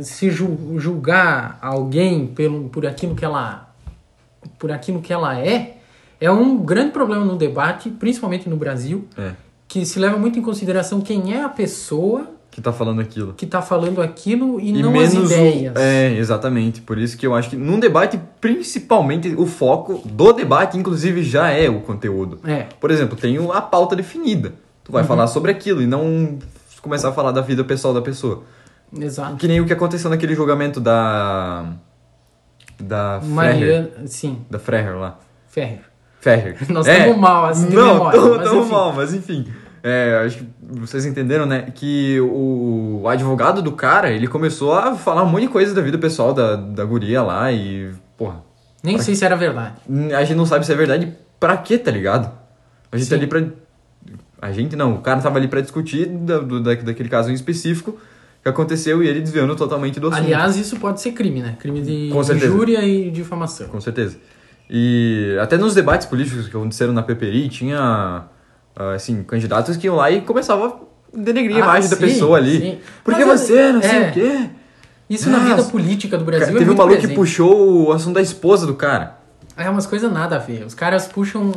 Speaker 1: se ju- julgar alguém pelo, por aquilo que ela por aquilo que ela é é um grande problema no debate, principalmente no Brasil,
Speaker 2: É.
Speaker 1: que se leva muito em consideração quem é a pessoa
Speaker 2: Que tá falando aquilo.
Speaker 1: que está falando aquilo e,
Speaker 2: E
Speaker 1: não as
Speaker 2: menos o-
Speaker 1: ideias.
Speaker 2: É, exatamente. Por isso que eu acho que num debate, principalmente, o foco do debate, inclusive, já é o conteúdo.
Speaker 1: É, Uhum.
Speaker 2: Por exemplo, tem o- a pauta definida. Tu vai falar sobre aquilo e não começar a falar da vida pessoal da pessoa.
Speaker 1: exato.
Speaker 2: Que nem o que aconteceu naquele julgamento da. Da Ferrer.
Speaker 1: Mariana, sim,
Speaker 2: Da Ferrer lá.
Speaker 1: Ferrer.
Speaker 2: Ferrer.
Speaker 1: <laughs> Nós
Speaker 2: É.
Speaker 1: tamo mal, assim, de
Speaker 2: Não,
Speaker 1: memória,
Speaker 2: tamo-
Speaker 1: mas
Speaker 2: tamo
Speaker 1: enfim.
Speaker 2: mal, mas enfim. É, acho que vocês entenderam, né? Que o advogado do cara, ele começou a falar um monte de coisa da vida pessoal da, da guria lá e, porra,
Speaker 1: Nem sei se era verdade.
Speaker 2: a gente não sabe se é verdade pra quê, tá ligado? A gente tá
Speaker 1: Sim.
Speaker 2: ali pra... A gente não, o cara tava ali pra discutir da, do- da, daquele caso em específico que aconteceu e ele desviando totalmente do assunto.
Speaker 1: Aliás, isso pode ser crime, né? Crime de
Speaker 2: Com certeza.
Speaker 1: injúria e difamação.
Speaker 2: Com certeza. E até nos debates políticos que aconteceram na PPI, tinha, ah, assim, candidatos que iam lá e começavam a denegrir a
Speaker 1: Ah,
Speaker 2: imagem da
Speaker 1: sim,
Speaker 2: pessoa ali.
Speaker 1: sim.
Speaker 2: Porque
Speaker 1: Mas,
Speaker 2: você, não sei
Speaker 1: é,
Speaker 2: o quê.
Speaker 1: Isso na
Speaker 2: Ah,
Speaker 1: vida política do Brasil
Speaker 2: Cara,
Speaker 1: é
Speaker 2: teve um
Speaker 1: muito
Speaker 2: maluco que
Speaker 1: presente.
Speaker 2: puxou o assunto da esposa do cara.
Speaker 1: É umas coisas nada a ver. Os caras puxam.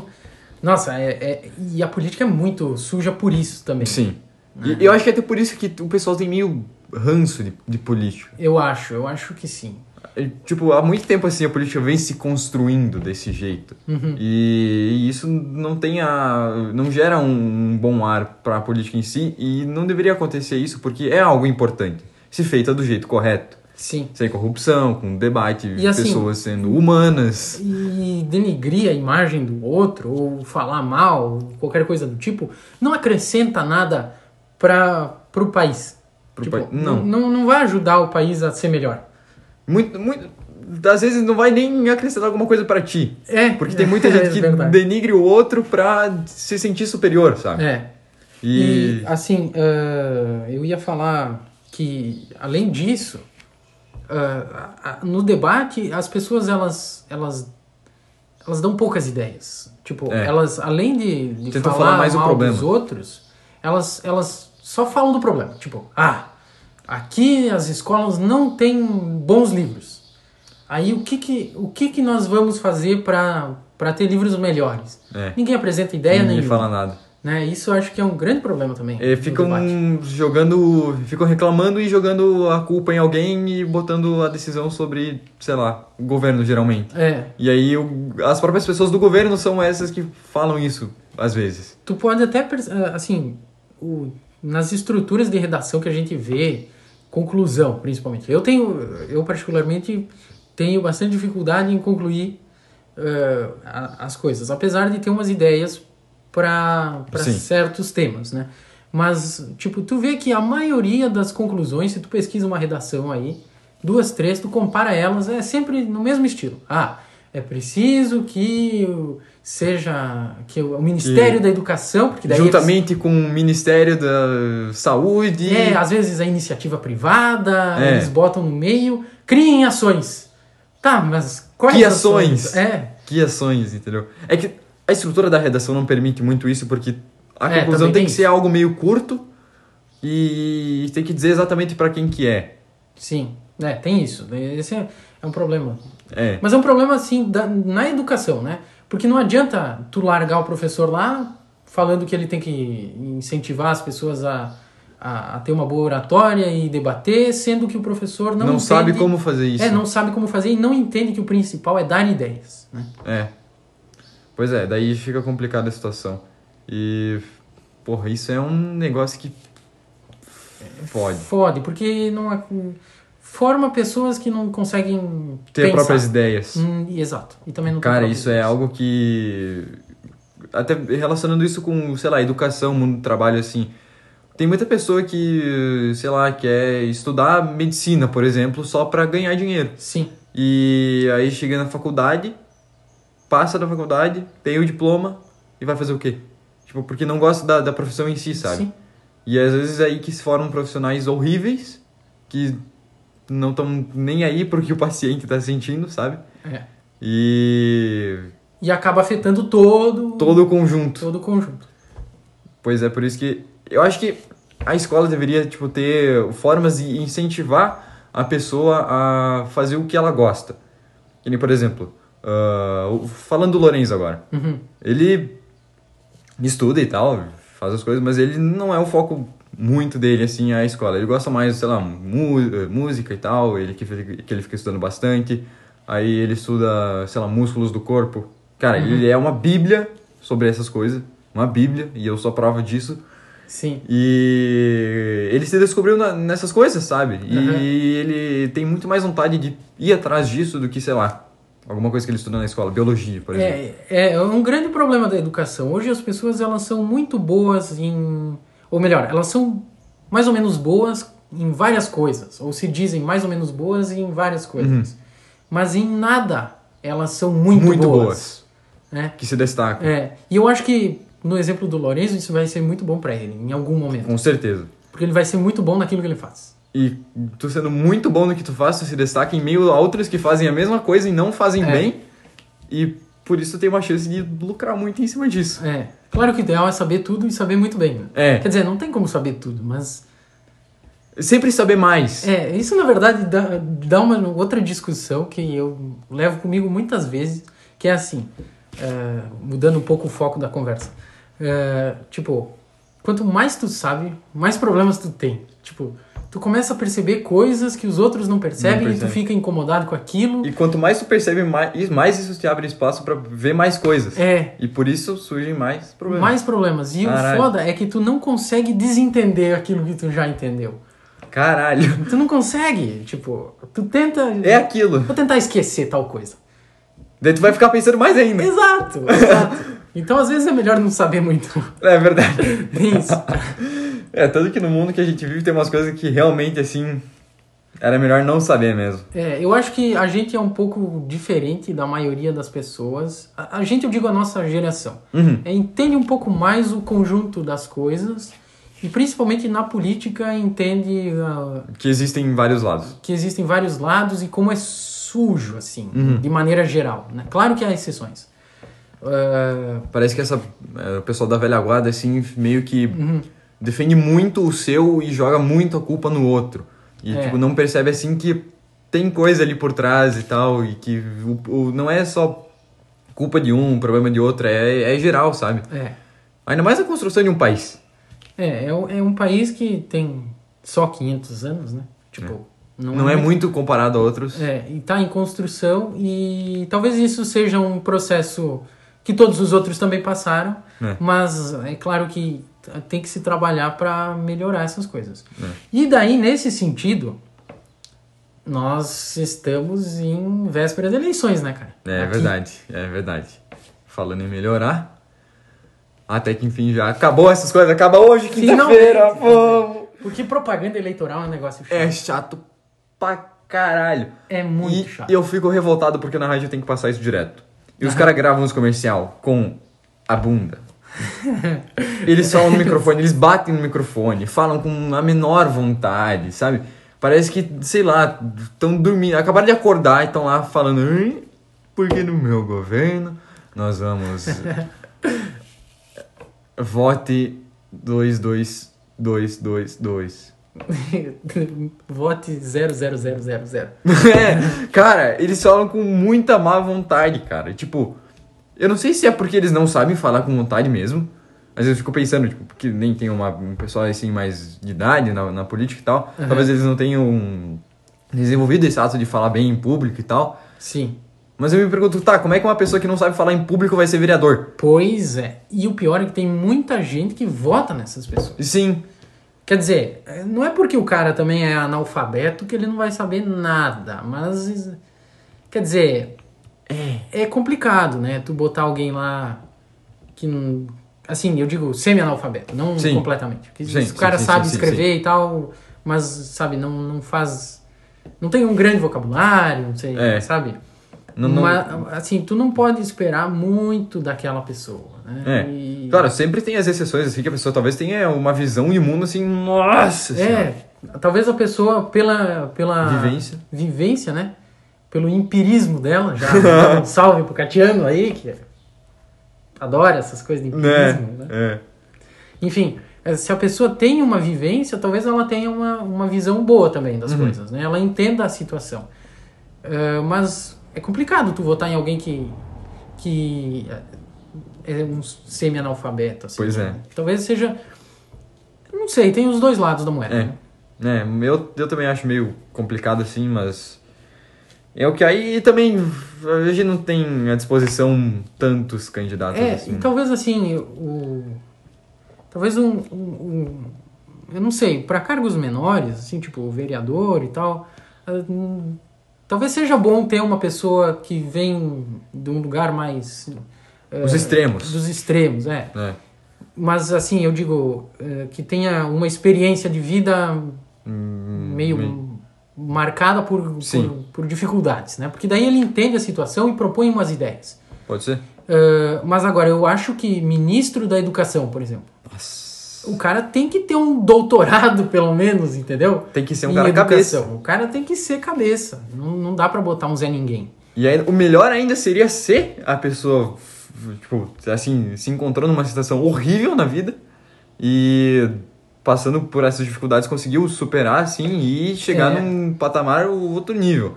Speaker 1: Nossa, é, é- e a política é muito suja por isso também.
Speaker 2: Sim. E eu acho que é até por isso que o pessoal tem meio ranço de, de político.
Speaker 1: Eu acho, eu acho que sim.
Speaker 2: Tipo, há muito tempo assim a política vem se construindo desse jeito.
Speaker 1: Uhum.
Speaker 2: E, e isso não tem a, não gera um, um bom ar para a política em si e não deveria acontecer isso porque é algo importante, se feita do jeito correto.
Speaker 1: Sim.
Speaker 2: Sem corrupção, com debate,
Speaker 1: E assim-
Speaker 2: pessoas sendo humanas.
Speaker 1: E denigrir a imagem do outro, ou falar mal, ou qualquer coisa do tipo, não acrescenta nada para pro país. Tipo,
Speaker 2: Pro pai- não.
Speaker 1: não. Não vai ajudar o país a ser melhor.
Speaker 2: Muito, muito, às vezes não vai nem acrescentar alguma coisa para ti.
Speaker 1: É.
Speaker 2: Porque tem muita gente
Speaker 1: <laughs> é
Speaker 2: que
Speaker 1: verdade.
Speaker 2: denigre o outro pra se sentir superior, sabe?
Speaker 1: É.
Speaker 2: Tá. E,
Speaker 1: E, assim, ah, eu ia falar que, além disso, ah, a- a- no debate, as pessoas, elas, elas, elas dão poucas ideias. Tipo,
Speaker 2: É.
Speaker 1: elas, além de, de
Speaker 2: Tentam falar mais o
Speaker 1: mal
Speaker 2: problema.
Speaker 1: dos outros, elas, elas só falam do problema. Tipo, ah, aqui as escolas não têm bons livros. Aí o que que, o que, que nós vamos fazer para ter livros melhores?
Speaker 2: É.
Speaker 1: Ninguém apresenta ideia
Speaker 2: ninguém
Speaker 1: nenhuma
Speaker 2: fala nada.
Speaker 1: né? Isso eu acho que é um grande problema também.
Speaker 2: E
Speaker 1: no
Speaker 2: ficam
Speaker 1: debate.
Speaker 2: jogando, ficam reclamando e jogando a culpa em alguém e botando a decisão sobre, sei lá, o governo geralmente.
Speaker 1: É,
Speaker 2: E aí o- as próprias pessoas do governo são essas que falam isso às vezes.
Speaker 1: tu pode até, perce- ah, assim, o, nas estruturas de redação que a gente vê, conclusão, principalmente. Eu tenho, eu particularmente, tenho bastante dificuldade em concluir ah, a- as coisas, apesar de ter umas ideias para
Speaker 2: Sim.
Speaker 1: certos temas, né? Mas, tipo, tu vê que a maioria das conclusões, se tu pesquisa uma redação aí, duas, três, tu compara elas, é sempre no mesmo estilo. Ah, é preciso que o- seja que o o Ministério da Educação, porque daí eles-
Speaker 2: Juntamente com o Ministério da Saúde.
Speaker 1: é, às vezes a iniciativa privada,
Speaker 2: É.
Speaker 1: eles botam no meio, criem ações. Tá, mas quais
Speaker 2: Que ações?
Speaker 1: É,
Speaker 2: Que ações, entendeu? É que a estrutura da redação não permite muito isso, porque a
Speaker 1: É,
Speaker 2: conclusão
Speaker 1: também
Speaker 2: tem
Speaker 1: tem
Speaker 2: que ser algo meio curto e tem que dizer exatamente pra quem que é.
Speaker 1: sim, né, tem isso. Esse é, é um problema.
Speaker 2: É,
Speaker 1: Mas é um problema, assim, da- na educação, né? Porque não adianta tu largar o professor lá falando que ele tem que incentivar as pessoas a, a, a ter uma boa oratória e debater, sendo que o professor não
Speaker 2: não, sabe
Speaker 1: entende-
Speaker 2: como fazer isso.
Speaker 1: É, não sabe como fazer e não entende que o principal é dar ideias, né?
Speaker 2: É. Pois é, daí fica complicada a situação. E, porra, isso é um negócio que pode
Speaker 1: Fode, porque não é- forma pessoas que não conseguem
Speaker 2: ter
Speaker 1: pensar.
Speaker 2: próprias ideias.
Speaker 1: Hum, exato. E também não tem
Speaker 2: Cara,
Speaker 1: próprias
Speaker 2: isso é
Speaker 1: ideias.
Speaker 2: algo que. Até relacionando isso com, sei lá, educação, mundo do trabalho, assim. Tem muita pessoa que, sei lá, quer estudar medicina, por exemplo, só pra ganhar dinheiro.
Speaker 1: Sim.
Speaker 2: E aí chega na faculdade, passa da faculdade, tem o diploma e vai fazer o quê? Tipo, porque não gosta da, da profissão em si, sabe?
Speaker 1: Sim.
Speaker 2: E às vezes é aí que se formam profissionais horríveis, que não estão nem aí pro que o paciente tá sentindo, sabe?
Speaker 1: É.
Speaker 2: E
Speaker 1: E acaba afetando todo,
Speaker 2: todo o conjunto.
Speaker 1: todo o conjunto.
Speaker 2: Pois é, por isso que eu acho que a escola deveria tipo ter formas de incentivar a pessoa a fazer o que ela gosta. Que nem, por exemplo, ah, o- falando do Lourenço agora.
Speaker 1: Uhum.
Speaker 2: Ele estuda e tal, faz as coisas, mas ele não é o foco muito dele, assim, a escola. Ele gosta mais, sei lá, mu- eh, música e tal, ele que, fica- que ele fica estudando bastante. Aí ele estuda, sei lá, músculos do corpo. Cara,
Speaker 1: Uhum.
Speaker 2: ele é uma bíblia sobre essas coisas, uma bíblia, e eu sou a prova disso.
Speaker 1: Sim.
Speaker 2: E ele se descobriu na- nessas coisas, sabe? E
Speaker 1: Uhum.
Speaker 2: ele tem muito mais vontade de ir atrás disso do que, sei lá, alguma coisa que ele estudou na escola, biologia, por exemplo.
Speaker 1: É, é um grande problema da educação. Hoje as pessoas elas são muito boas em, ou melhor, elas são mais ou menos boas em várias coisas, ou se dizem mais ou menos boas em várias coisas. Mas em nada elas são muito,
Speaker 2: Uhum. muito
Speaker 1: boas,
Speaker 2: boas.
Speaker 1: né?
Speaker 2: que se destacam.
Speaker 1: É, e eu acho que no exemplo do Lourenço isso vai ser muito bom pra ele em algum momento,
Speaker 2: Com certeza.
Speaker 1: porque ele vai ser muito bom naquilo que ele faz.
Speaker 2: E tu sendo muito bom no que tu faz, tu se destaca em meio a outros que fazem a mesma coisa e não fazem
Speaker 1: É.
Speaker 2: bem. E por isso tu tem uma chance de lucrar muito em cima disso.
Speaker 1: É, claro que o ideal é saber tudo e saber muito bem. né?
Speaker 2: É.
Speaker 1: Quer dizer, não tem como saber tudo, mas
Speaker 2: Sempre saber mais.
Speaker 1: é, isso na verdade dá, dá uma outra discussão que eu levo comigo muitas vezes, que é assim, é, mudando um pouco o foco da conversa. É, tipo, quanto mais tu sabe, mais problemas tu tem. Tipo, tu começa a perceber coisas que os outros não percebem
Speaker 2: Não
Speaker 1: e tu
Speaker 2: percebe.
Speaker 1: fica incomodado com aquilo.
Speaker 2: E quanto mais tu percebe, mais, mais isso te abre espaço pra ver mais coisas.
Speaker 1: É,
Speaker 2: E por isso surgem mais problemas.
Speaker 1: mais problemas. E
Speaker 2: Caralho.
Speaker 1: o foda é que tu não consegue desentender aquilo que tu já entendeu.
Speaker 2: Caralho.
Speaker 1: Tu não consegue, tipo, tu tenta.
Speaker 2: É aquilo.
Speaker 1: Vou tentar esquecer tal coisa.
Speaker 2: Daí tu vai ficar pensando mais
Speaker 1: <laughs>
Speaker 2: ainda.
Speaker 1: Exato, exato. Então às vezes é melhor não saber muito.
Speaker 2: É verdade.
Speaker 1: Tem isso.
Speaker 2: É, tanto que no mundo que a gente vive tem umas coisas que realmente, assim, era melhor não saber mesmo.
Speaker 1: É, eu acho que a gente é um pouco diferente da maioria das pessoas. A, a gente, eu digo a nossa geração.
Speaker 2: Uhum.
Speaker 1: É, entende um pouco mais o conjunto das coisas e principalmente na política entende ah,
Speaker 2: Que existem vários lados.
Speaker 1: que existem vários lados e como é sujo, assim,
Speaker 2: Uhum.
Speaker 1: de maneira geral. né? Claro que há exceções. Ah,
Speaker 2: Parece que essa, é, o pessoal da velha guarda, assim, meio que
Speaker 1: Uhum.
Speaker 2: defende muito o seu e joga muito a culpa no outro. E,
Speaker 1: É.
Speaker 2: tipo, não percebe, assim, que tem coisa ali por trás e tal. E que o, o- não é só culpa de um, problema de outro. É, é geral, sabe?
Speaker 1: é,
Speaker 2: Ainda mais a construção de um país.
Speaker 1: é, é, um- é um país que tem só 500 anos, né? Tipo,
Speaker 2: Não, é muito comparado a outros.
Speaker 1: É, e tá em construção e talvez isso seja um processo que todos os outros também passaram,
Speaker 2: É.
Speaker 1: mas é claro que t- tem que se trabalhar para melhorar essas coisas.
Speaker 2: É.
Speaker 1: E daí, nesse sentido, nós estamos em véspera de eleições, né, cara?
Speaker 2: É,
Speaker 1: Aqui.
Speaker 2: verdade, é verdade. Falando em melhorar, até que enfim já acabou essas coisas, acaba hoje, quinta-feira,
Speaker 1: Finalmente.
Speaker 2: vamos!
Speaker 1: Porque propaganda eleitoral é um negócio
Speaker 2: É
Speaker 1: chato.
Speaker 2: chato pra caralho.
Speaker 1: É, muito
Speaker 2: e
Speaker 1: chato.
Speaker 2: eu fico revoltado porque na rádio tem que passar isso direto. E os caras gravam os comercial com a bunda. <laughs> Eles falam no microfone, eles batem no microfone, falam com a menor vontade, sabe? Parece que, sei lá, estão dormindo, acabaram de acordar e estão lá falando, "Hum, porque no meu governo
Speaker 1: <laughs>
Speaker 2: nós vamos. Vote 22222.
Speaker 1: <laughs> Vote 00000.
Speaker 2: <laughs> É, cara, eles falam com muita má vontade, cara. Tipo, eu não sei se é porque eles não sabem falar com vontade mesmo. Às vezes eu fico pensando, tipo, porque nem tem uma, um pessoal assim mais de idade na, na política e tal. Talvez eles não tenham um desenvolvido esse ato de falar bem em público e tal.
Speaker 1: Sim.
Speaker 2: Mas eu me pergunto, tá, como é que uma pessoa que não sabe falar em público vai ser vereador?
Speaker 1: Pois é. E o pior é que tem muita gente que vota nessas pessoas.
Speaker 2: E Sim,
Speaker 1: Quer dizer, não é porque o cara também é analfabeto que ele não vai saber nada, mas. Quer dizer, é, é complicado, né? Tu botar alguém lá que não. Assim, eu digo semi-analfabeto, não
Speaker 2: Sim.
Speaker 1: completamente. Porque
Speaker 2: Sim,
Speaker 1: se o cara
Speaker 2: sim, sim,
Speaker 1: sabe
Speaker 2: sim, sim,
Speaker 1: escrever e tal, mas, sabe, não, não faz. Não tem um grande vocabulário, não sei,
Speaker 2: É.
Speaker 1: sabe?
Speaker 2: Não- não-
Speaker 1: Mas, assim, tu não pode esperar muito daquela pessoa, né?
Speaker 2: é.
Speaker 1: E-
Speaker 2: Claro, sempre tem as exceções, assim, que a pessoa talvez tenha uma visão de mundo assim, nossa senhora.
Speaker 1: É, ah, talvez a pessoa, pela, pela
Speaker 2: Vivência.
Speaker 1: vivência, né? Pelo empirismo dela, já
Speaker 2: <laughs>
Speaker 1: dá um salve pro Catiano aí, que adora essas coisas de empirismo. Né?
Speaker 2: É,
Speaker 1: Enfim, eh, se a pessoa tem uma vivência, talvez ela tenha uma, uma visão boa também
Speaker 2: Uhum.
Speaker 1: das coisas, né? Ela entenda a situação. Eh, mas é complicado tu votar em alguém que, que eh, é um semi-analfabeto. Assim,
Speaker 2: Pois é.
Speaker 1: né? Talvez seja... Não sei, tem os dois lados da moeda.
Speaker 2: É.
Speaker 1: né?
Speaker 2: É, eu, eu também acho meio complicado assim, mas. É o que aí e também a gente não tem à disposição tantos candidatos
Speaker 1: É,
Speaker 2: assim.
Speaker 1: e talvez assim, o. Talvez um. um- um- eu não sei, para cargos menores, assim, tipo vereador e tal, ah, hum, talvez seja bom ter uma pessoa que vem de um lugar mais. eh,
Speaker 2: Os extremos.
Speaker 1: Dos extremos, é.
Speaker 2: É,
Speaker 1: Mas assim, eu digo, eh, que tenha uma experiência de vida meio. marcada por, por,
Speaker 2: Hum, Sim.
Speaker 1: por dificuldades, né? Porque daí ele entende a situação e propõe umas ideias.
Speaker 2: Pode ser?
Speaker 1: Uh, mas agora, eu acho que ministro da educação, por exemplo, o cara tem que ter um doutorado, pelo menos, entendeu?
Speaker 2: Tem que ser um
Speaker 1: Em
Speaker 2: cara
Speaker 1: educação.
Speaker 2: cabeça.
Speaker 1: O cara tem que ser cabeça. Não, não dá pra botar um Zé Ninguém.
Speaker 2: E aí, o melhor ainda seria ser a pessoa, tipo, assim, se encontrando numa situação horrível na vida e passando por essas dificuldades conseguiu superar, assim, e chegar
Speaker 1: É.
Speaker 2: num patamar ou outro nível.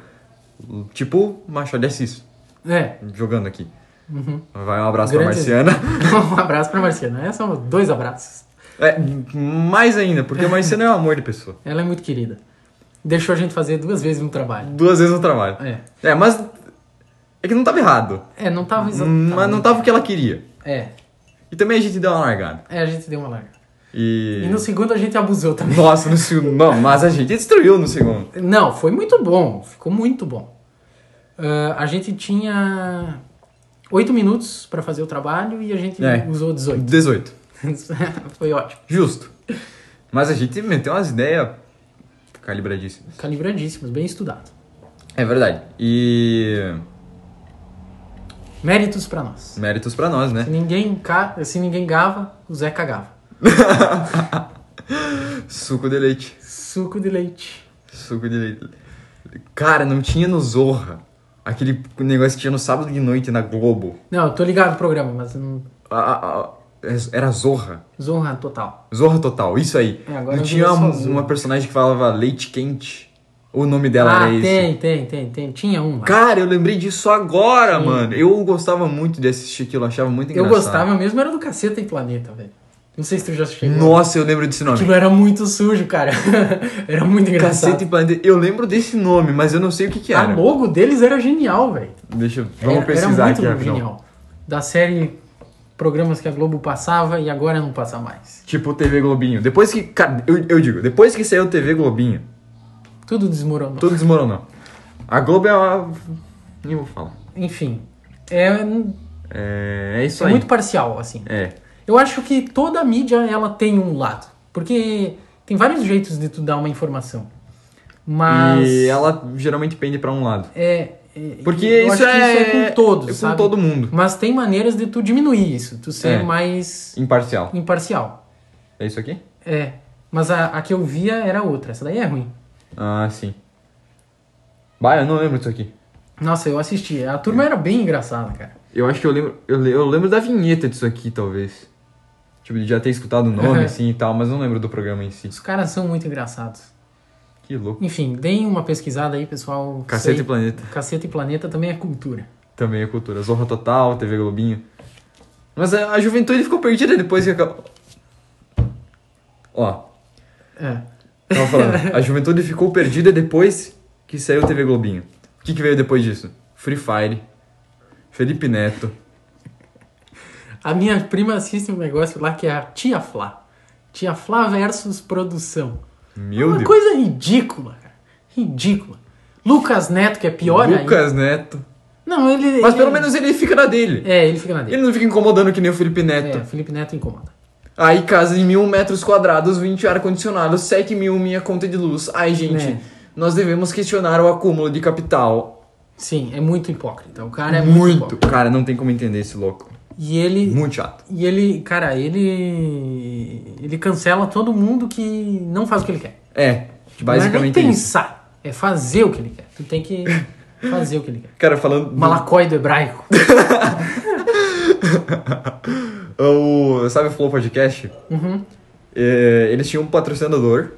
Speaker 2: Tipo Machado de Assis,
Speaker 1: É. <laughs>
Speaker 2: jogando aqui.
Speaker 1: Uhum.
Speaker 2: Vai um abraço pra
Speaker 1: Grande-
Speaker 2: Marciana.
Speaker 1: um abraço pra Marciana. É, são né? dois abraços.
Speaker 2: É, mais
Speaker 1: <laughs>
Speaker 2: ainda, porque a Marciana é o amor de pessoa.
Speaker 1: Ela é muito querida. Deixou a gente fazer duas vezes no trabalho.
Speaker 2: Duas vezes no trabalho.
Speaker 1: É.
Speaker 2: É, mas. É que não tava errado.
Speaker 1: É, não tava exatamente.
Speaker 2: Hum, Mas não tava o que ela queria.
Speaker 1: É.
Speaker 2: E também a gente deu uma largada.
Speaker 1: É, a gente deu uma larga.
Speaker 2: E.
Speaker 1: E no segundo a gente abusou também.
Speaker 2: Nossa, no segundo. Não, mas a gente destruiu no segundo.
Speaker 1: Não, foi muito bom. Ficou muito bom. Ah, a gente tinha oito minutos pra fazer o trabalho e a gente
Speaker 2: É.
Speaker 1: usou 18.
Speaker 2: 18.
Speaker 1: <laughs> foi ótimo.
Speaker 2: Justo. Mas a gente meteu umas ideias calibradíssimas.
Speaker 1: Calibradíssimos, bem estudado.
Speaker 2: É verdade. E.
Speaker 1: Méritos pra nós.
Speaker 2: Méritos pra nós, né?
Speaker 1: Se ninguém, ca... Se ninguém gava, o Zé cagava.
Speaker 2: Suco de leite.
Speaker 1: Suco de leite.
Speaker 2: Suco de leite. Cara, não tinha no Zorra. Aquele negócio que tinha no sábado de noite na Globo.
Speaker 1: Não, eu tô ligado no programa, mas não...
Speaker 2: A- a- a- era Zorra.
Speaker 1: Zorra total.
Speaker 2: Zorra Total, isso aí.
Speaker 1: É, agora
Speaker 2: não
Speaker 1: eu
Speaker 2: tinha
Speaker 1: vi só
Speaker 2: uma,
Speaker 1: Zorra.
Speaker 2: uma personagem que falava leite quente. O nome dela
Speaker 1: ah,
Speaker 2: era esse.
Speaker 1: tem, tem, tem, tem. Tinha um lá.
Speaker 2: Cara, eu lembrei disso agora, mano. Eu gostava muito de assistir aquilo, eu achava muito
Speaker 1: eu
Speaker 2: engraçado.
Speaker 1: gostava mesmo, era do Caceta e Planeta, velho. Não sei se tu já chegou.
Speaker 2: Nossa, eu lembro desse nome.
Speaker 1: Aquilo era muito sujo, cara. <laughs> era muito engraçado.
Speaker 2: Cacete e Planeta. Eu lembro desse nome, mas eu não sei o que que
Speaker 1: A
Speaker 2: era.
Speaker 1: logo deles era genial, velho.
Speaker 2: Deixa eu... Vamos
Speaker 1: era,
Speaker 2: pesquisar
Speaker 1: era muito
Speaker 2: aqui, rapidão.
Speaker 1: genial. Da série programas que a Globo passava e agora não passa mais.
Speaker 2: Tipo TV Globinho. Depois que... Cara, eu, eu digo, depois que saiu TV Globinho,
Speaker 1: Tudo desmoronou.
Speaker 2: tudo desmoronou. A Globo é uma... Nem vou falar.
Speaker 1: Enfim, é,
Speaker 2: É, é isso
Speaker 1: é
Speaker 2: aí.
Speaker 1: muito parcial, assim.
Speaker 2: É.
Speaker 1: Eu acho que toda mídia ela tem um lado, porque tem vários jeitos de tu dar uma informação. Mas
Speaker 2: E ela geralmente pende pra um lado.
Speaker 1: é, é-
Speaker 2: Porque
Speaker 1: eu acho
Speaker 2: isso,
Speaker 1: que
Speaker 2: é...
Speaker 1: isso é com todos,
Speaker 2: é com
Speaker 1: sabe?
Speaker 2: todo mundo.
Speaker 1: Mas tem maneiras de tu diminuir isso, tu ser
Speaker 2: É.
Speaker 1: mais
Speaker 2: Imparcial.
Speaker 1: imparcial.
Speaker 2: É isso aqui?
Speaker 1: É, mas a, a que eu via era outra, essa daí é ruim.
Speaker 2: Ah, sim. Bah, eu não lembro disso aqui.
Speaker 1: Nossa, eu assisti. A
Speaker 2: É.
Speaker 1: turma era bem engraçada, cara.
Speaker 2: Eu acho que eu lembro. Eu, le- eu lembro da vinheta disso aqui, talvez. Tipo, de já ter escutado o
Speaker 1: <laughs>
Speaker 2: nome,
Speaker 1: Aham.
Speaker 2: assim e tal, mas não lembro do programa em si.
Speaker 1: Os caras são muito engraçados.
Speaker 2: Que louco.
Speaker 1: Enfim, deem uma pesquisada aí, pessoal.
Speaker 2: Cacete
Speaker 1: Sei-
Speaker 2: e Planeta.
Speaker 1: Caceta e Planeta também é cultura.
Speaker 2: Também é cultura. Zorra Total, TV Globinho. Mas a, a juventude ficou perdida depois que acabou. Ó,
Speaker 1: É. <laughs>
Speaker 2: tava falando. a juventude ficou perdida depois que saiu TV Globinho. O que, que veio depois disso? Free Fire, Felipe Neto.
Speaker 1: A minha prima assiste um negócio lá que é a Tia Flá. Tia Flá versus produção.
Speaker 2: Meu
Speaker 1: uma
Speaker 2: Deus.
Speaker 1: coisa ridícula, cara. Ridícula. Lucas Neto, que é pior ainda.
Speaker 2: Lucas Neto.
Speaker 1: Não, ele.
Speaker 2: Mas
Speaker 1: ele-
Speaker 2: pelo menos ele fica na dele.
Speaker 1: É, ele fica na dele.
Speaker 2: Ele não fica incomodando que nem o Felipe Neto.
Speaker 1: É, Felipe Neto incomoda.
Speaker 2: Aí casa em mil metros quadrados, 20 ar-condicionado, 7 mil minha conta de luz. Ai, gente,
Speaker 1: É.
Speaker 2: nós devemos questionar o acúmulo de capital.
Speaker 1: Sim, é muito hipócrita. O cara é muito. hipócrita.
Speaker 2: Cara, não tem como entender esse louco.
Speaker 1: E ele.
Speaker 2: Muito chato.
Speaker 1: E ele, cara, ele. Ele cancela todo mundo que não faz o que ele quer.
Speaker 2: É,
Speaker 1: não é
Speaker 2: basicamente
Speaker 1: nem
Speaker 2: é isso.
Speaker 1: pensar, é fazer o que ele quer. Tu tem
Speaker 2: <laughs>
Speaker 1: que fazer o que ele quer.
Speaker 2: Cara, falando...
Speaker 1: Malacoide hebraico.
Speaker 2: o, sabe o Flow Podcast?
Speaker 1: Uhum.
Speaker 2: É, eles tinham um patrocinador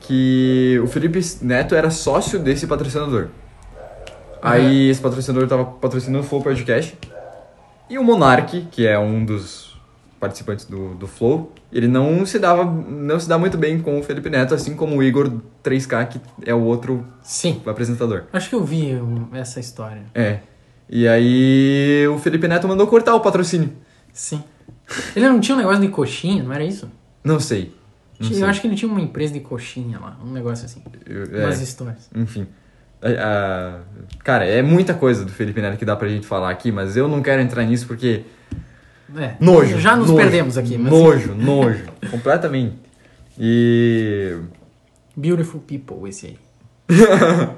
Speaker 2: que o Felipe Neto era sócio desse patrocinador. Aí esse patrocinador tava patrocinando o Flow Podcast. E o Monark, que é um dos participantes do, do Flow, ele não se dava não se dá muito bem com o Felipe Neto, assim como o Igor 3K, que é o outro
Speaker 1: Sim.
Speaker 2: apresentador.
Speaker 1: Acho que eu vi hum, essa história.
Speaker 2: É. E aí o Felipe Neto mandou cortar o patrocínio.
Speaker 1: Sim. Ele não tinha um negócio de coxinha, não era isso?
Speaker 2: Não sei. Não
Speaker 1: eu
Speaker 2: sei.
Speaker 1: acho que ele tinha uma empresa de coxinha lá, um negócio assim.
Speaker 2: Eu- é.
Speaker 1: Umas histórias.
Speaker 2: Enfim. A- a- cara, é muita coisa do Felipe Neto que dá pra gente falar aqui, mas eu não quero entrar nisso porque.
Speaker 1: É.
Speaker 2: Nojo!
Speaker 1: Já nos
Speaker 2: nojo,
Speaker 1: perdemos aqui, mas.
Speaker 2: Nojo, nojo. <laughs> completamente. E.
Speaker 1: Beautiful People, esse aí.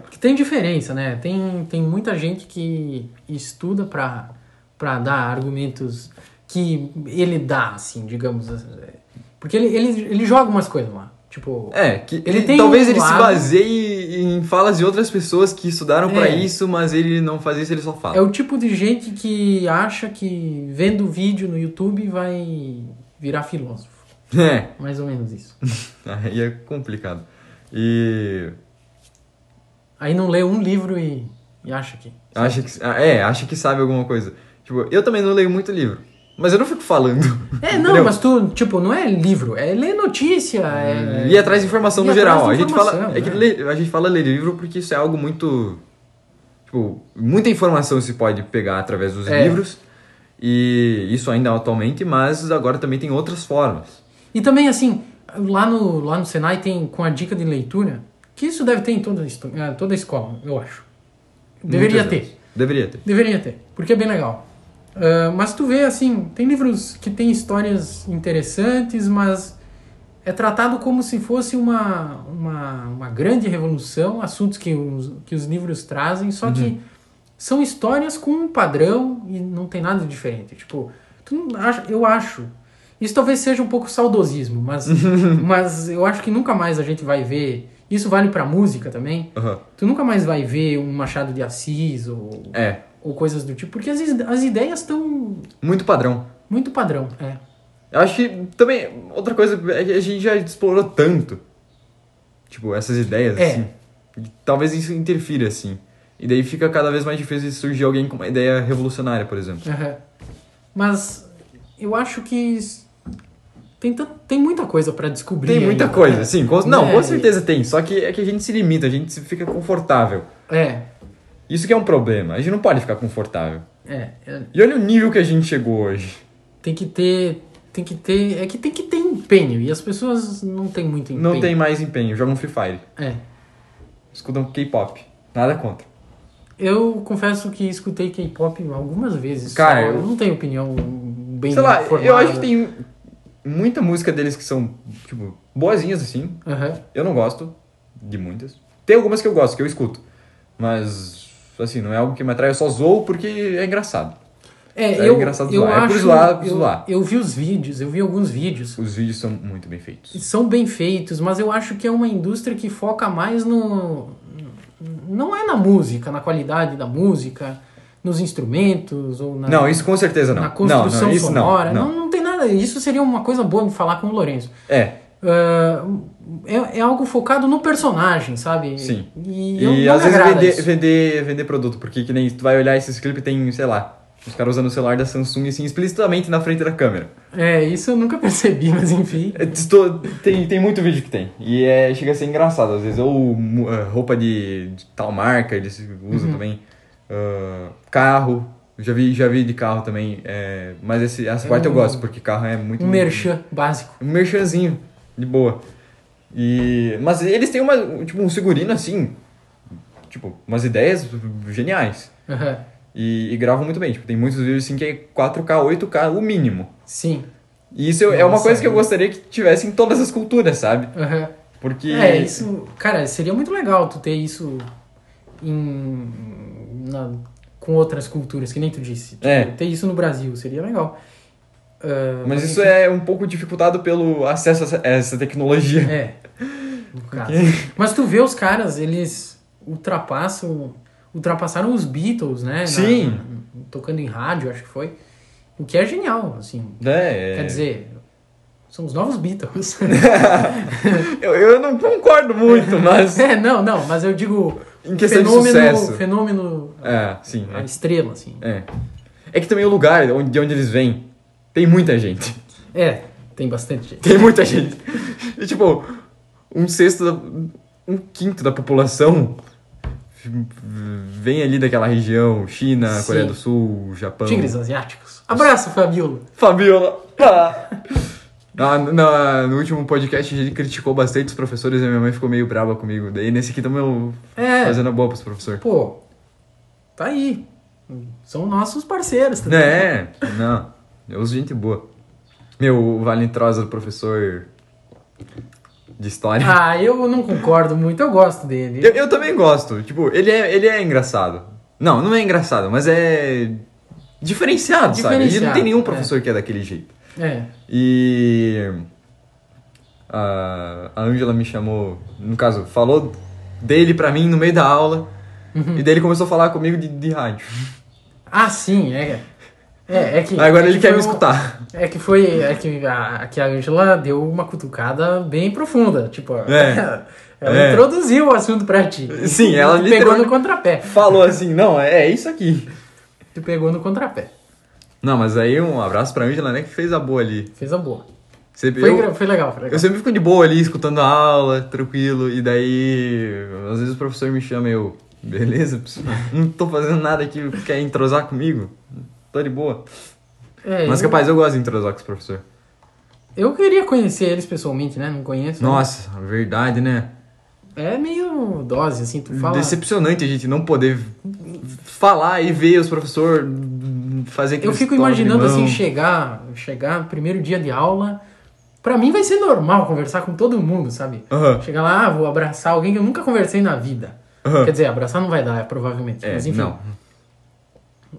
Speaker 1: Porque tem diferença, né? Tem, tem muita gente que estuda pra, pra dar argumentos que ele dá, assim, digamos. assim, é. Porque ele, ele, ele joga umas coisas lá. Tipo,
Speaker 2: É, que
Speaker 1: Ele
Speaker 2: ele-
Speaker 1: tem
Speaker 2: talvez
Speaker 1: um
Speaker 2: ele se
Speaker 1: lado-
Speaker 2: baseie em falas de outras pessoas que estudaram pra
Speaker 1: É.
Speaker 2: isso, mas ele não faz isso, ele só fala.
Speaker 1: é o tipo de gente que acha que vendo vídeo no YouTube vai virar filósofo.
Speaker 2: <laughs> É.
Speaker 1: Mais ou menos isso.
Speaker 2: Aí é complicado. E.
Speaker 1: Aí não lê um livro e, e acha que.
Speaker 2: Acha que, ah, é, acha que sabe alguma coisa. Tipo, eu também não leio muito livro. Mas eu não fico falando. <laughs>
Speaker 1: É, não,
Speaker 2: Entendeu?
Speaker 1: mas tu, tipo, não é livro, é ler notícia, é...
Speaker 2: Hum, E atrás de informação
Speaker 1: E
Speaker 2: no
Speaker 1: atrás
Speaker 2: geral.
Speaker 1: de
Speaker 2: A gente
Speaker 1: informação,
Speaker 2: fala, é que
Speaker 1: né?
Speaker 2: ler- a gente fala ler livro porque isso é algo muito tipo, muita informação se pode pegar através dos
Speaker 1: É.
Speaker 2: livros. E isso ainda atualmente, mas agora também tem outras formas.
Speaker 1: E também, assim, lá no, lá no Senai tem com a dica de leitura, que isso deve ter em toda, a esto- eh, toda a escola, eu acho. Deveria
Speaker 2: Muitas
Speaker 1: ter.
Speaker 2: vezes. Deveria ter.
Speaker 1: Deveria ter, porque é bem legal. Ah, mas tu vê, assim, tem livros que tem histórias interessantes, mas é tratado como se fosse uma, uma, uma grande revolução, assuntos que os, que os livros trazem, só que são histórias com um padrão e não tem nada de diferente. Tipo, tu não acha- eu acho. Isso talvez seja um pouco saudosismo, mas, mas eu acho que nunca mais a gente vai ver. Isso vale pra música também.
Speaker 2: Aham.
Speaker 1: Tu nunca mais vai ver um Machado de Assis ou
Speaker 2: É,
Speaker 1: ou coisas do tipo, porque as, ide- as ideias estão
Speaker 2: muito padrão.
Speaker 1: muito padrão. É.
Speaker 2: Eu acho que também outra coisa é que a gente já explorou tanto. Tipo, essas ideias,
Speaker 1: É.
Speaker 2: assim. E Talvez isso interfira, assim. E daí fica cada vez mais difícil de surgir alguém com uma ideia revolucionária, por exemplo.
Speaker 1: Aham. Mas eu acho que s- tem, tan- tem muita coisa para descobrir.
Speaker 2: Tem muita
Speaker 1: ainda.
Speaker 2: coisa, sim. com- não,
Speaker 1: É,
Speaker 2: com certeza tem. Só que é que a gente se limita, a gente se- fica confortável.
Speaker 1: É,
Speaker 2: Isso que é um problema. A gente não pode ficar confortável.
Speaker 1: é, é.
Speaker 2: E olha o nível que a gente chegou hoje.
Speaker 1: Tem que ter. Tem que ter. É que tem que ter empenho. E as pessoas não têm muito empenho.
Speaker 2: Não tem mais empenho. Jogam Free Fire.
Speaker 1: É.
Speaker 2: Escutam K-pop. Nada contra.
Speaker 1: Eu confesso que escutei K-pop algumas vezes.
Speaker 2: Cara,
Speaker 1: só eu
Speaker 2: eu-
Speaker 1: não tenho opinião bem
Speaker 2: Sei lá,
Speaker 1: formada.
Speaker 2: eu acho que tem muita música deles que são, tipo, boazinhas assim.
Speaker 1: Aham.
Speaker 2: Eu não gosto de muitas. Tem algumas que eu gosto, que eu escuto. Mas, assim, não é algo que me atrai. Eu só zoo porque é engraçado.
Speaker 1: É,
Speaker 2: É
Speaker 1: eu,
Speaker 2: engraçado
Speaker 1: eu
Speaker 2: zoar, é por
Speaker 1: acho,
Speaker 2: zoar,
Speaker 1: eu,
Speaker 2: zoar.
Speaker 1: eu vi os vídeos, eu vi alguns vídeos.
Speaker 2: Os vídeos são muito bem feitos.
Speaker 1: são bem feitos, mas eu acho que é uma indústria que foca mais no. Não é na música, na qualidade da música, nos instrumentos ou na,
Speaker 2: Não, isso com certeza não.
Speaker 1: na construção
Speaker 2: não, não, isso não,
Speaker 1: sonora.
Speaker 2: não.
Speaker 1: Não, não tem nada. Isso seria uma coisa boa de falar com o Lourenço.
Speaker 2: É,
Speaker 1: Ah, é, é algo focado no personagem, sabe?
Speaker 2: Sim.
Speaker 1: E, eu
Speaker 2: e
Speaker 1: não
Speaker 2: às
Speaker 1: me
Speaker 2: vezes
Speaker 1: agrada
Speaker 2: vender,
Speaker 1: isso.
Speaker 2: vender, vender produto, porque que nem tu vai olhar esses clipes tem, sei lá, os caras usando o celular da Samsung assim, explicitamente na frente da câmera.
Speaker 1: É, isso eu nunca <laughs> percebi, mas enfim.
Speaker 2: É, estou- tem, tem muito vídeo que tem. E é, chega a ser engraçado, às vezes. Ou mu- ah, roupa de, de tal marca, eles usam
Speaker 1: Uhum.
Speaker 2: também. Ah, carro. Já vi, já vi de carro também. é, mas esse, essa parte eu
Speaker 1: um-
Speaker 2: gosto, porque carro é muito.
Speaker 1: Um merchan básico.
Speaker 2: Um merchanzinho, de boa. E, mas eles têm uma, tipo, um figurino assim, tipo, umas ideias geniais.
Speaker 1: Aham.
Speaker 2: E, e gravam muito bem. Tipo, tem muitos vídeos assim que é 4K, 8K, o mínimo.
Speaker 1: Sim.
Speaker 2: E isso é uma
Speaker 1: Nossa,
Speaker 2: coisa que eu
Speaker 1: é.
Speaker 2: gostaria que tivesse em todas as culturas, sabe?
Speaker 1: Aham.
Speaker 2: Porque.
Speaker 1: É, isso. Cara, seria muito legal tu ter isso em, na- com outras culturas, que nem tu disse. Tipo,
Speaker 2: É.
Speaker 1: Ter isso no Brasil seria legal. Ah,
Speaker 2: Mas isso é um pouco dificultado pelo acesso a essa-
Speaker 1: <laughs>
Speaker 2: essa tecnologia. <laughs>
Speaker 1: É. No caso. Mas tu vê os caras, eles ultrapassam. Ultrapassaram os Beatles, né? na-
Speaker 2: Sim.
Speaker 1: tocando em rádio, acho que foi. O que é genial, assim.
Speaker 2: É, é.
Speaker 1: Quer dizer, são os novos
Speaker 2: <laughs>
Speaker 1: Beatles.
Speaker 2: eu, eu não concordo
Speaker 1: <laughs>
Speaker 2: muito, mas.
Speaker 1: é, não, não, mas eu digo.
Speaker 2: Em questão de sucesso.
Speaker 1: Fenômeno.
Speaker 2: É, sim.
Speaker 1: A estrela, assim.
Speaker 2: É. é. É que também o lugar onde- de onde eles vêm tem muita gente.
Speaker 1: É, tem bastante gente.
Speaker 2: Tem muita gente. E, tipo, um sexto, da- um quinto da população vem ali daquela região. China,
Speaker 1: Sim.
Speaker 2: Coreia do Sul, Japão.
Speaker 1: Tigres asiáticos. Abraço, Fabiola.
Speaker 2: um Fabiola! pá! Na, na- no último podcast ele criticou bastante os professores e a minha mãe ficou meio brava comigo. Daí nesse aqui também eu
Speaker 1: É.
Speaker 2: fazendo a boa pros professores.
Speaker 1: Pô, tá aí. São nossos parceiros também.
Speaker 2: É, não. Eu uso gente boa. Meu, o Valentrosa, professor de história.
Speaker 1: Ah, eu não concordo muito, eu gosto dele.
Speaker 2: Eu, eu também gosto. Tipo, ele é, ele é engraçado. Não, não é engraçado, mas é diferenciado, sabe? E não
Speaker 1: Diferenciado,
Speaker 2: tem nenhum
Speaker 1: é.
Speaker 2: professor que é daquele jeito.
Speaker 1: É.
Speaker 2: E ah, a a Angela me chamou, no caso, falou dele pra mim no meio da aula. E daí ele começou a falar comigo de,
Speaker 1: <laughs>
Speaker 2: de rádio.
Speaker 1: Ah, sim, é. É, é que.
Speaker 2: Agora
Speaker 1: é
Speaker 2: ele
Speaker 1: que
Speaker 2: quer
Speaker 1: foi
Speaker 2: me
Speaker 1: um-
Speaker 2: escutar.
Speaker 1: É que foi. É que a, que a Angela deu uma cutucada bem profunda. Tipo,
Speaker 2: É.
Speaker 1: <laughs> ela
Speaker 2: É.
Speaker 1: introduziu o assunto pra ti.
Speaker 2: Sim, ela
Speaker 1: Tu pegou
Speaker 2: literalmente-
Speaker 1: no contrapé.
Speaker 2: Falou assim, não, é, é isso aqui.
Speaker 1: Tu pegou no contrapé.
Speaker 2: Não, mas aí um abraço pra Angela, né, que fez a boa ali.
Speaker 1: Fez a boa.
Speaker 2: Sempre,
Speaker 1: Foi,
Speaker 2: eu-
Speaker 1: engra- foi legal, foi legal.
Speaker 2: Eu sempre fico de boa ali, escutando a aula, tranquilo, e daí às vezes o professor me chama e eu, beleza, professor? não tô fazendo nada aqui, quer entrosar comigo? Tô de boa.
Speaker 1: É,
Speaker 2: Mas
Speaker 1: eu-
Speaker 2: capaz, eu gosto de entrosar com os professores.
Speaker 1: Eu queria conhecer eles pessoalmente, né? Não conheço. né?
Speaker 2: Nossa, verdade, né?
Speaker 1: É meio dose, assim, tu fala.
Speaker 2: Decepcionante a gente não poder falar e ver os professores fazer
Speaker 1: Eu
Speaker 2: aqueles
Speaker 1: fico
Speaker 2: toques de
Speaker 1: imaginando,
Speaker 2: mão.
Speaker 1: assim, chegar, chegar, primeiro dia de aula. Pra mim vai ser normal conversar com todo mundo, sabe?
Speaker 2: Aham.
Speaker 1: Chegar lá, ah, vou abraçar alguém que eu nunca conversei na vida.
Speaker 2: Aham.
Speaker 1: Quer dizer, abraçar não vai dar, provavelmente.
Speaker 2: É,
Speaker 1: mas enfim.
Speaker 2: não.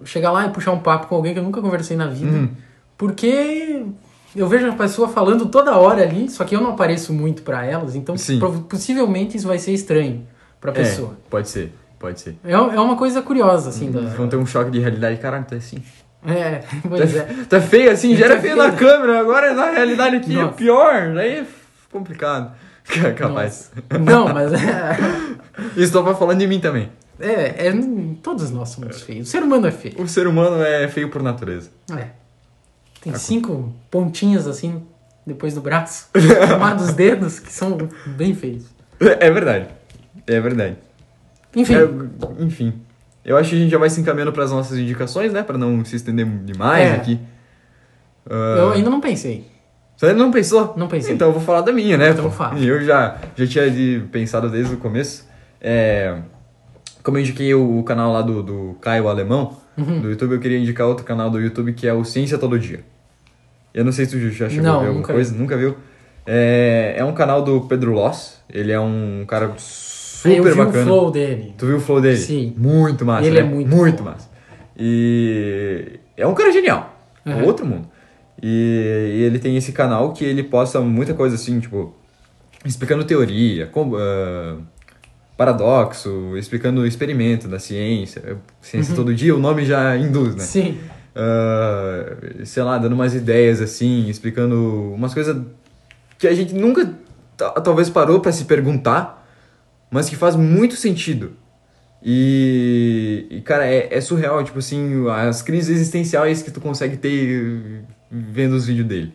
Speaker 1: Chegar lá e puxar um papo com alguém que eu nunca conversei na vida.
Speaker 2: Uhum.
Speaker 1: Porque eu vejo a pessoa falando toda hora ali, só que eu não apareço muito pra elas, então
Speaker 2: Sim.
Speaker 1: prov- possivelmente isso vai ser estranho pra
Speaker 2: É,
Speaker 1: pessoa.
Speaker 2: pode ser, pode ser.
Speaker 1: É, é uma coisa curiosa, assim. da-
Speaker 2: Vão ter um choque de realidade, caralho, tá assim.
Speaker 1: É, pois
Speaker 2: <laughs>
Speaker 1: é.
Speaker 2: Tá feio assim, já era
Speaker 1: Tá
Speaker 2: feio
Speaker 1: feio.
Speaker 2: na câmera, agora na realidade aqui é
Speaker 1: Nossa.
Speaker 2: pior, aí é complicado. <laughs> Capaz.
Speaker 1: Não, mas é,
Speaker 2: Isso tava falando de mim também.
Speaker 1: é, é- Todos nós somos feios. O ser humano é feio.
Speaker 2: O ser humano é feio por natureza.
Speaker 1: É.
Speaker 2: Tá
Speaker 1: Tem cinco pontinhas assim, depois do
Speaker 2: <laughs>
Speaker 1: braço, chamados dedos, que são bem feios.
Speaker 2: É verdade. É verdade.
Speaker 1: Enfim,
Speaker 2: É, enfim. Eu acho que a gente já vai se encaminhando pras nossas indicações, né? Pra não se estender demais
Speaker 1: É.
Speaker 2: aqui. Ah,
Speaker 1: eu ainda não pensei.
Speaker 2: Você não pensou?
Speaker 1: Não pensei.
Speaker 2: Então eu vou falar da minha, né?
Speaker 1: Então
Speaker 2: pô?
Speaker 1: fala.
Speaker 2: Eu já, já tinha de- pensado desde o começo. É, como eu indiquei o canal lá do, do Caio Alemão,
Speaker 1: Uhum.
Speaker 2: do YouTube, eu queria indicar outro canal do YouTube que é o Ciência Todo Dia. Eu não sei se tu já chegou
Speaker 1: Não,
Speaker 2: a ver alguma
Speaker 1: nunca vi.
Speaker 2: coisa, nunca viu. É, é um canal do Pedro Loss, ele é um cara super
Speaker 1: eu vi
Speaker 2: bacana.
Speaker 1: o flow dele.
Speaker 2: Tu viu o flow dele?
Speaker 1: Sim.
Speaker 2: Muito massa.
Speaker 1: Ele
Speaker 2: né?
Speaker 1: é muito bom.
Speaker 2: massa. E é um cara genial.
Speaker 1: Uhum.
Speaker 2: Outro mundo. E, e ele tem esse canal que ele posta muita coisa assim, tipo, explicando teoria, com- ah, paradoxo, explicando o experimento da ciência.
Speaker 1: Uhum.
Speaker 2: Ciência todo dia, o nome já induz, né?
Speaker 1: Sim.
Speaker 2: Ah, sei lá, dando umas ideias assim, explicando umas coisas que a gente nunca ta- talvez parou pra se perguntar, mas que faz muito sentido. E, e, cara, é, é surreal, tipo assim, as crises existenciais que tu consegue ter eh, vendo os vídeos dele.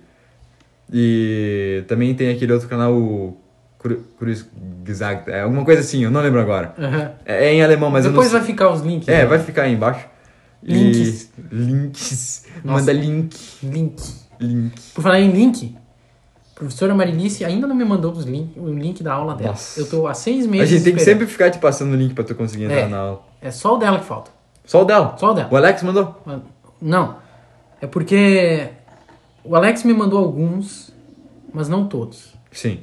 Speaker 2: E também tem aquele outro canal, o Cru- Cruz Gesagt, é alguma coisa assim, eu não lembro agora.
Speaker 1: Aham.
Speaker 2: É, é em alemão, mas eu não
Speaker 1: Depois
Speaker 2: sei.
Speaker 1: vai ficar os né? links.
Speaker 2: É, vai ficar aí embaixo. E-
Speaker 1: Links.
Speaker 2: Links.
Speaker 1: Nossa.
Speaker 2: Manda link.
Speaker 1: Link.
Speaker 2: Link.
Speaker 1: Por falar em link, a professora Marilice ainda não me mandou os link, o link da aula dela.
Speaker 2: Nossa.
Speaker 1: Eu tô há seis
Speaker 2: A
Speaker 1: meses.
Speaker 2: gente tem que
Speaker 1: esperando.
Speaker 2: sempre ficar te passando o link pra tu conseguir entrar
Speaker 1: É.
Speaker 2: na aula.
Speaker 1: É só o dela que falta.
Speaker 2: Só o dela.
Speaker 1: Só o dela.
Speaker 2: O Alex mandou?
Speaker 1: Não. É porque o Alex me mandou alguns, mas não todos.
Speaker 2: Sim.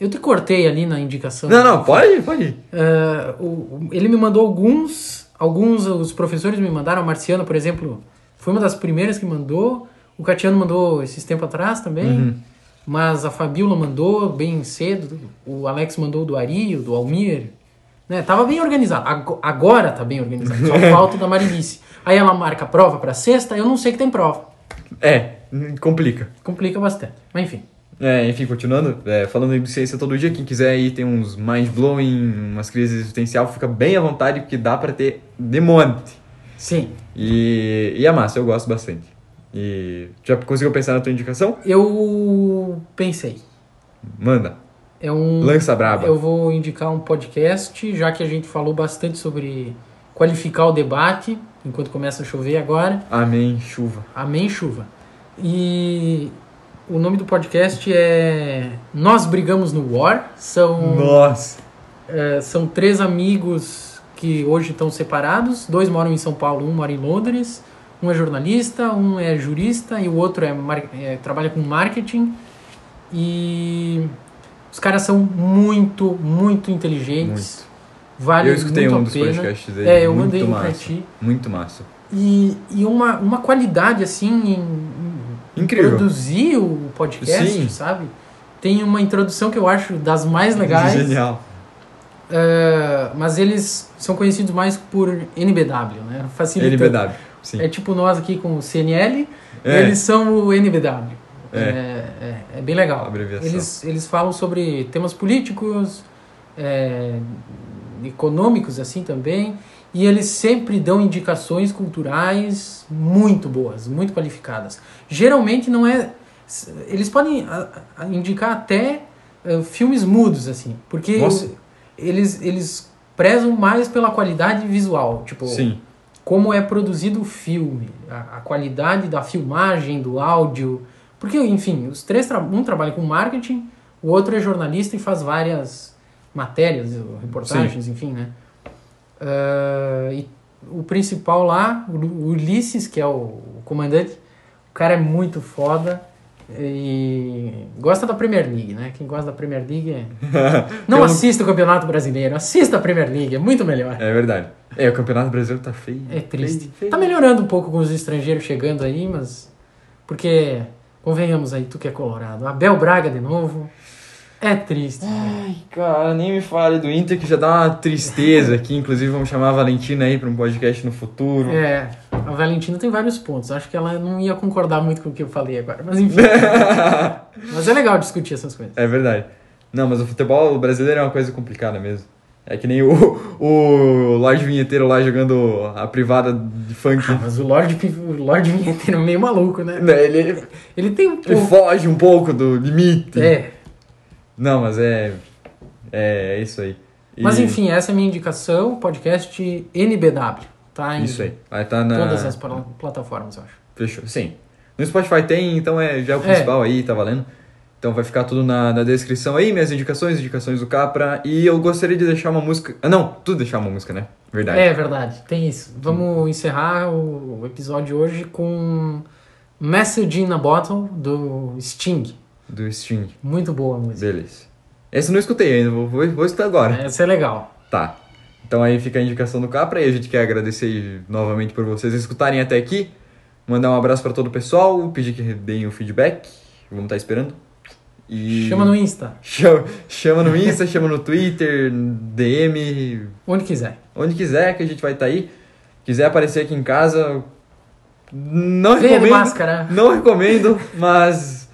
Speaker 1: Eu te cortei ali na indicação.
Speaker 2: Não, não, pode, pode ir.
Speaker 1: É, o- o- ele me mandou alguns, alguns os professores me mandaram. A Marciana, por exemplo, foi uma das primeiras que mandou. O Catiano mandou esses tempos atrás também. Mas a Fabiola mandou bem cedo. O Alex mandou do Ari, o do Almir. Né? Tava bem organizado. Ago- Agora tá bem organizado. Só falta o da Marilice. Aí ela marca a prova pra sexta, eu não sei que tem prova.
Speaker 2: É, hum, complica.
Speaker 1: Complica bastante. Mas enfim.
Speaker 2: É, enfim, continuando, é, falando de ciência todo dia, quem quiser aí tem uns mind-blowing, umas crises existencial, fica bem à vontade, porque dá pra ter de monte.
Speaker 1: Sim.
Speaker 2: E, e é massa, eu gosto bastante. E já conseguiu pensar na tua indicação?
Speaker 1: Eu pensei.
Speaker 2: Manda.
Speaker 1: É um.
Speaker 2: Lança braba.
Speaker 1: Eu vou indicar um podcast, já que a gente falou bastante sobre qualificar o debate, enquanto começa a chover agora.
Speaker 2: Amém, chuva.
Speaker 1: Amém, chuva. E o nome do podcast é Nós Brigamos no War. São,
Speaker 2: Nossa.
Speaker 1: eh, são três amigos que hoje estão separados. Dois moram em São Paulo, um mora em Londres. Um é jornalista, um é jurista e o outro é, mar- eh, trabalha com marketing. E os caras são muito, muito inteligentes. Vale
Speaker 2: eu escutei
Speaker 1: muito
Speaker 2: um
Speaker 1: a
Speaker 2: dos
Speaker 1: pena.
Speaker 2: podcasts dele.
Speaker 1: É, eu
Speaker 2: muito
Speaker 1: mandei um
Speaker 2: massa,
Speaker 1: pra ti.
Speaker 2: Muito massa.
Speaker 1: E, e uma, uma qualidade, assim, em, em
Speaker 2: Incrível.
Speaker 1: produzir o podcast,
Speaker 2: Sim.
Speaker 1: sabe? Tem uma introdução que eu acho das mais legais.
Speaker 2: <laughs> Genial.
Speaker 1: eh, mas eles são conhecidos mais por NBW, né? Facilitando.
Speaker 2: LBW. Sim.
Speaker 1: É tipo nós aqui com o CNL,
Speaker 2: É.
Speaker 1: eles são o NBW. É,
Speaker 2: É.
Speaker 1: é- é bem legal.
Speaker 2: Abreviação.
Speaker 1: Eles, eles falam sobre temas políticos, é, econômicos assim também, e eles sempre dão indicações culturais muito boas, muito qualificadas. Geralmente não é eles podem a, a, indicar até uh, filmes mudos assim, porque
Speaker 2: Nossa.
Speaker 1: eu- eles eles prezam mais pela qualidade visual, tipo
Speaker 2: Sim.
Speaker 1: como é produzido o filme, a, a qualidade da filmagem, do áudio. Porque, enfim, os três tra- um trabalha com marketing, o outro é jornalista e faz várias matérias, reportagens, enfim, né? Ah, e o principal lá, o Ul- Ulisses, que é o, o comandante, o cara é muito foda e gosta da Premier League, né? Quem gosta da Premier League é... Não
Speaker 2: Eu-
Speaker 1: assista o Campeonato Brasileiro, assista a Premier League, é muito melhor.
Speaker 2: É verdade. É, o Campeonato Brasileiro tá feio.
Speaker 1: É triste.
Speaker 2: Feio, feio.
Speaker 1: Tá melhorando um pouco com os estrangeiros chegando aí, mas. Porque, convenhamos aí, tu que é colorado. Abel Braga de novo. É triste.
Speaker 2: Ai, cara, nem me fale do Inter que já dá uma tristeza aqui. Inclusive, vamos chamar a Valentina aí pra um podcast no futuro.
Speaker 1: É, a Valentina tem vários pontos. Acho que ela não ia concordar muito com o que eu falei agora. Mas
Speaker 2: <laughs>
Speaker 1: enfim. mas é legal discutir essas coisas.
Speaker 2: É verdade. Não, mas o futebol brasileiro é uma coisa complicada mesmo. É que nem o, o Lorde Vinheteiro lá jogando a privada de funk.
Speaker 1: Ah, mas o Lorde, Pi- o Lorde Vinheteiro é meio maluco, né?
Speaker 2: Né, Ele, ele
Speaker 1: Ele tem um pouco.
Speaker 2: foge um pouco do limite.
Speaker 1: É.
Speaker 2: Não, mas é. É, é isso aí. E-
Speaker 1: Mas enfim, essa é a minha indicação. Podcast NBW. Tá em
Speaker 2: Isso aí. Vai tá na.
Speaker 1: todas as pla- plataformas, eu acho.
Speaker 2: Fechou. Sim. No Spotify tem, então é, já é o
Speaker 1: É.
Speaker 2: principal aí, tá valendo? Então vai ficar tudo na, na descrição aí, minhas indicações, indicações do Capra. E eu gostaria de deixar uma música. Ah, não, tu deixar uma música, né? Verdade.
Speaker 1: É verdade, tem isso. Vamos encerrar o o episódio de hoje com Message in a Bottle do Sting.
Speaker 2: Do Sting.
Speaker 1: Muito boa a música.
Speaker 2: Beleza. Esse eu não escutei ainda, vou, vou, vou escutar agora.
Speaker 1: Essa é legal.
Speaker 2: Tá. Então aí fica a indicação do Capra e a gente quer agradecer novamente por vocês escutarem até aqui. Mandar um abraço pra todo o pessoal, pedir que deem o feedback. Vamos estar esperando. E
Speaker 1: Chama no Insta,
Speaker 2: chama, chama no Insta, chama no Twitter, DM,
Speaker 1: onde quiser.
Speaker 2: onde quiser que a gente vai estar aí. Quiser aparecer aqui em casa, não
Speaker 1: Venha de
Speaker 2: recomendo.
Speaker 1: máscara.
Speaker 2: Não recomendo, mas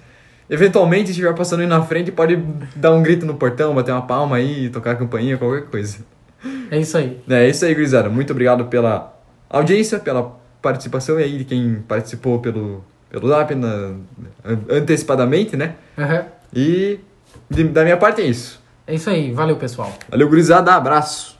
Speaker 2: eventualmente se estiver passando aí na frente, pode dar um grito no portão, bater uma palma aí, tocar a campainha, qualquer coisa.
Speaker 1: É isso aí.
Speaker 2: É isso aí, gurizada. Muito obrigado pela audiência, pela participação e aí de quem participou pelo, pelo Zap na- an- antecipadamente, né?
Speaker 1: Aham.
Speaker 2: E de- da minha parte é isso.
Speaker 1: É isso aí, valeu pessoal.
Speaker 2: Valeu, gurizada. Abraço.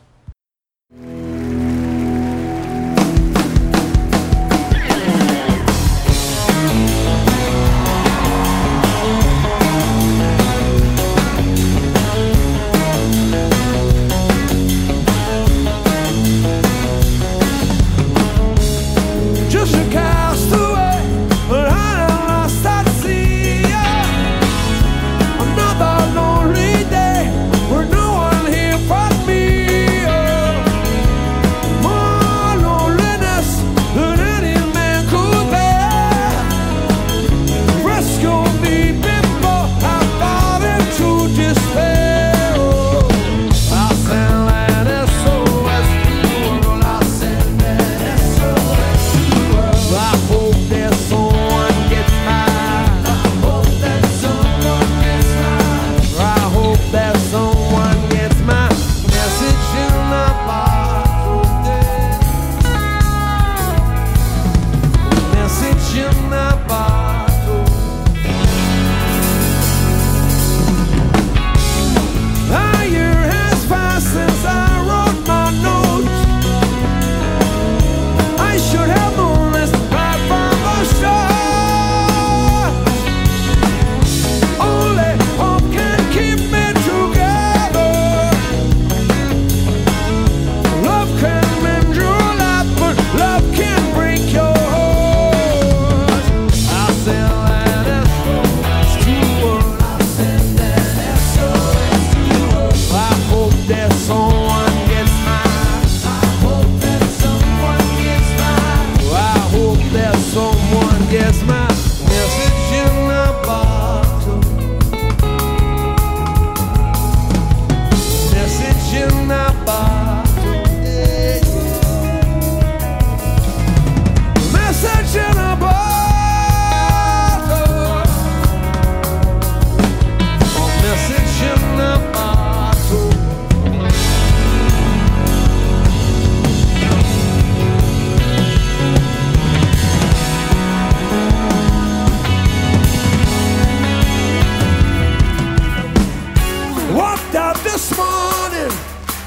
Speaker 3: Just a castaway, but I am lost at sea. Another lonely day, where no one here but me.
Speaker 2: é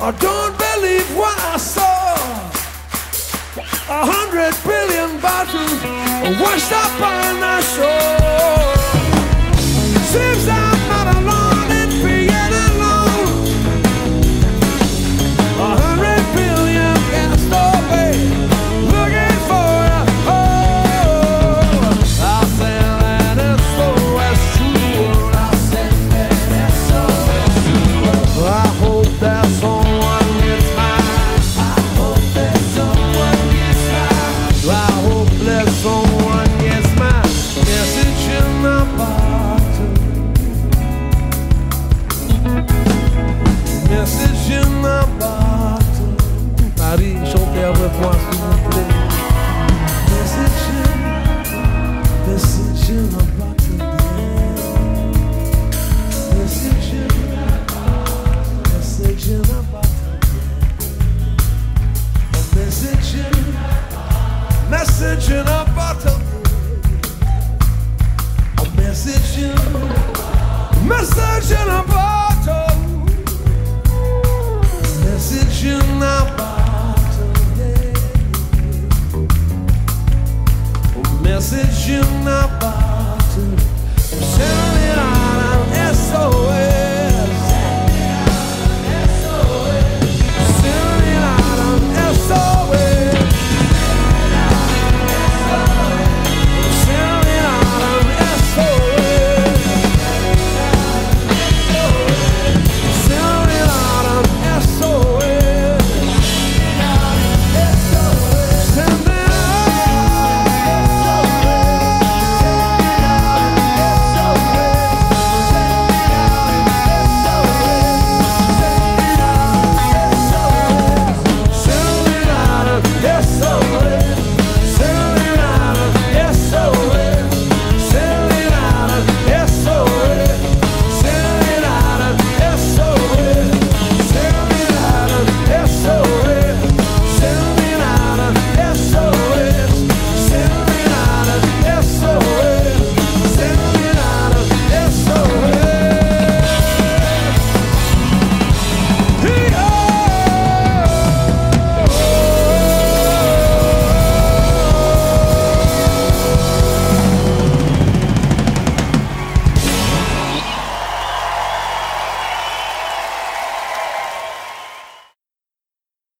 Speaker 3: I don't believe what I saw. A hundred billion bottles washed up on the shore. Seems I'm not alone in being alone. A hundred billion castaway looking for a home. I said that it's so it's true. I said that it's so it's true. I hope that someone gets mine. I hope that someone gets mine. I hope that someone gets mine. Message in the bottle. message in my bottle. Paris, chantez avec moi, s'il vous plaît. Message in, message in my bottle. Message in my bottle. Message in my bottle. Message in, message in a bottle. A message in, message in a bottle. Message in a bottle, yeah. Message in a bottle. oh!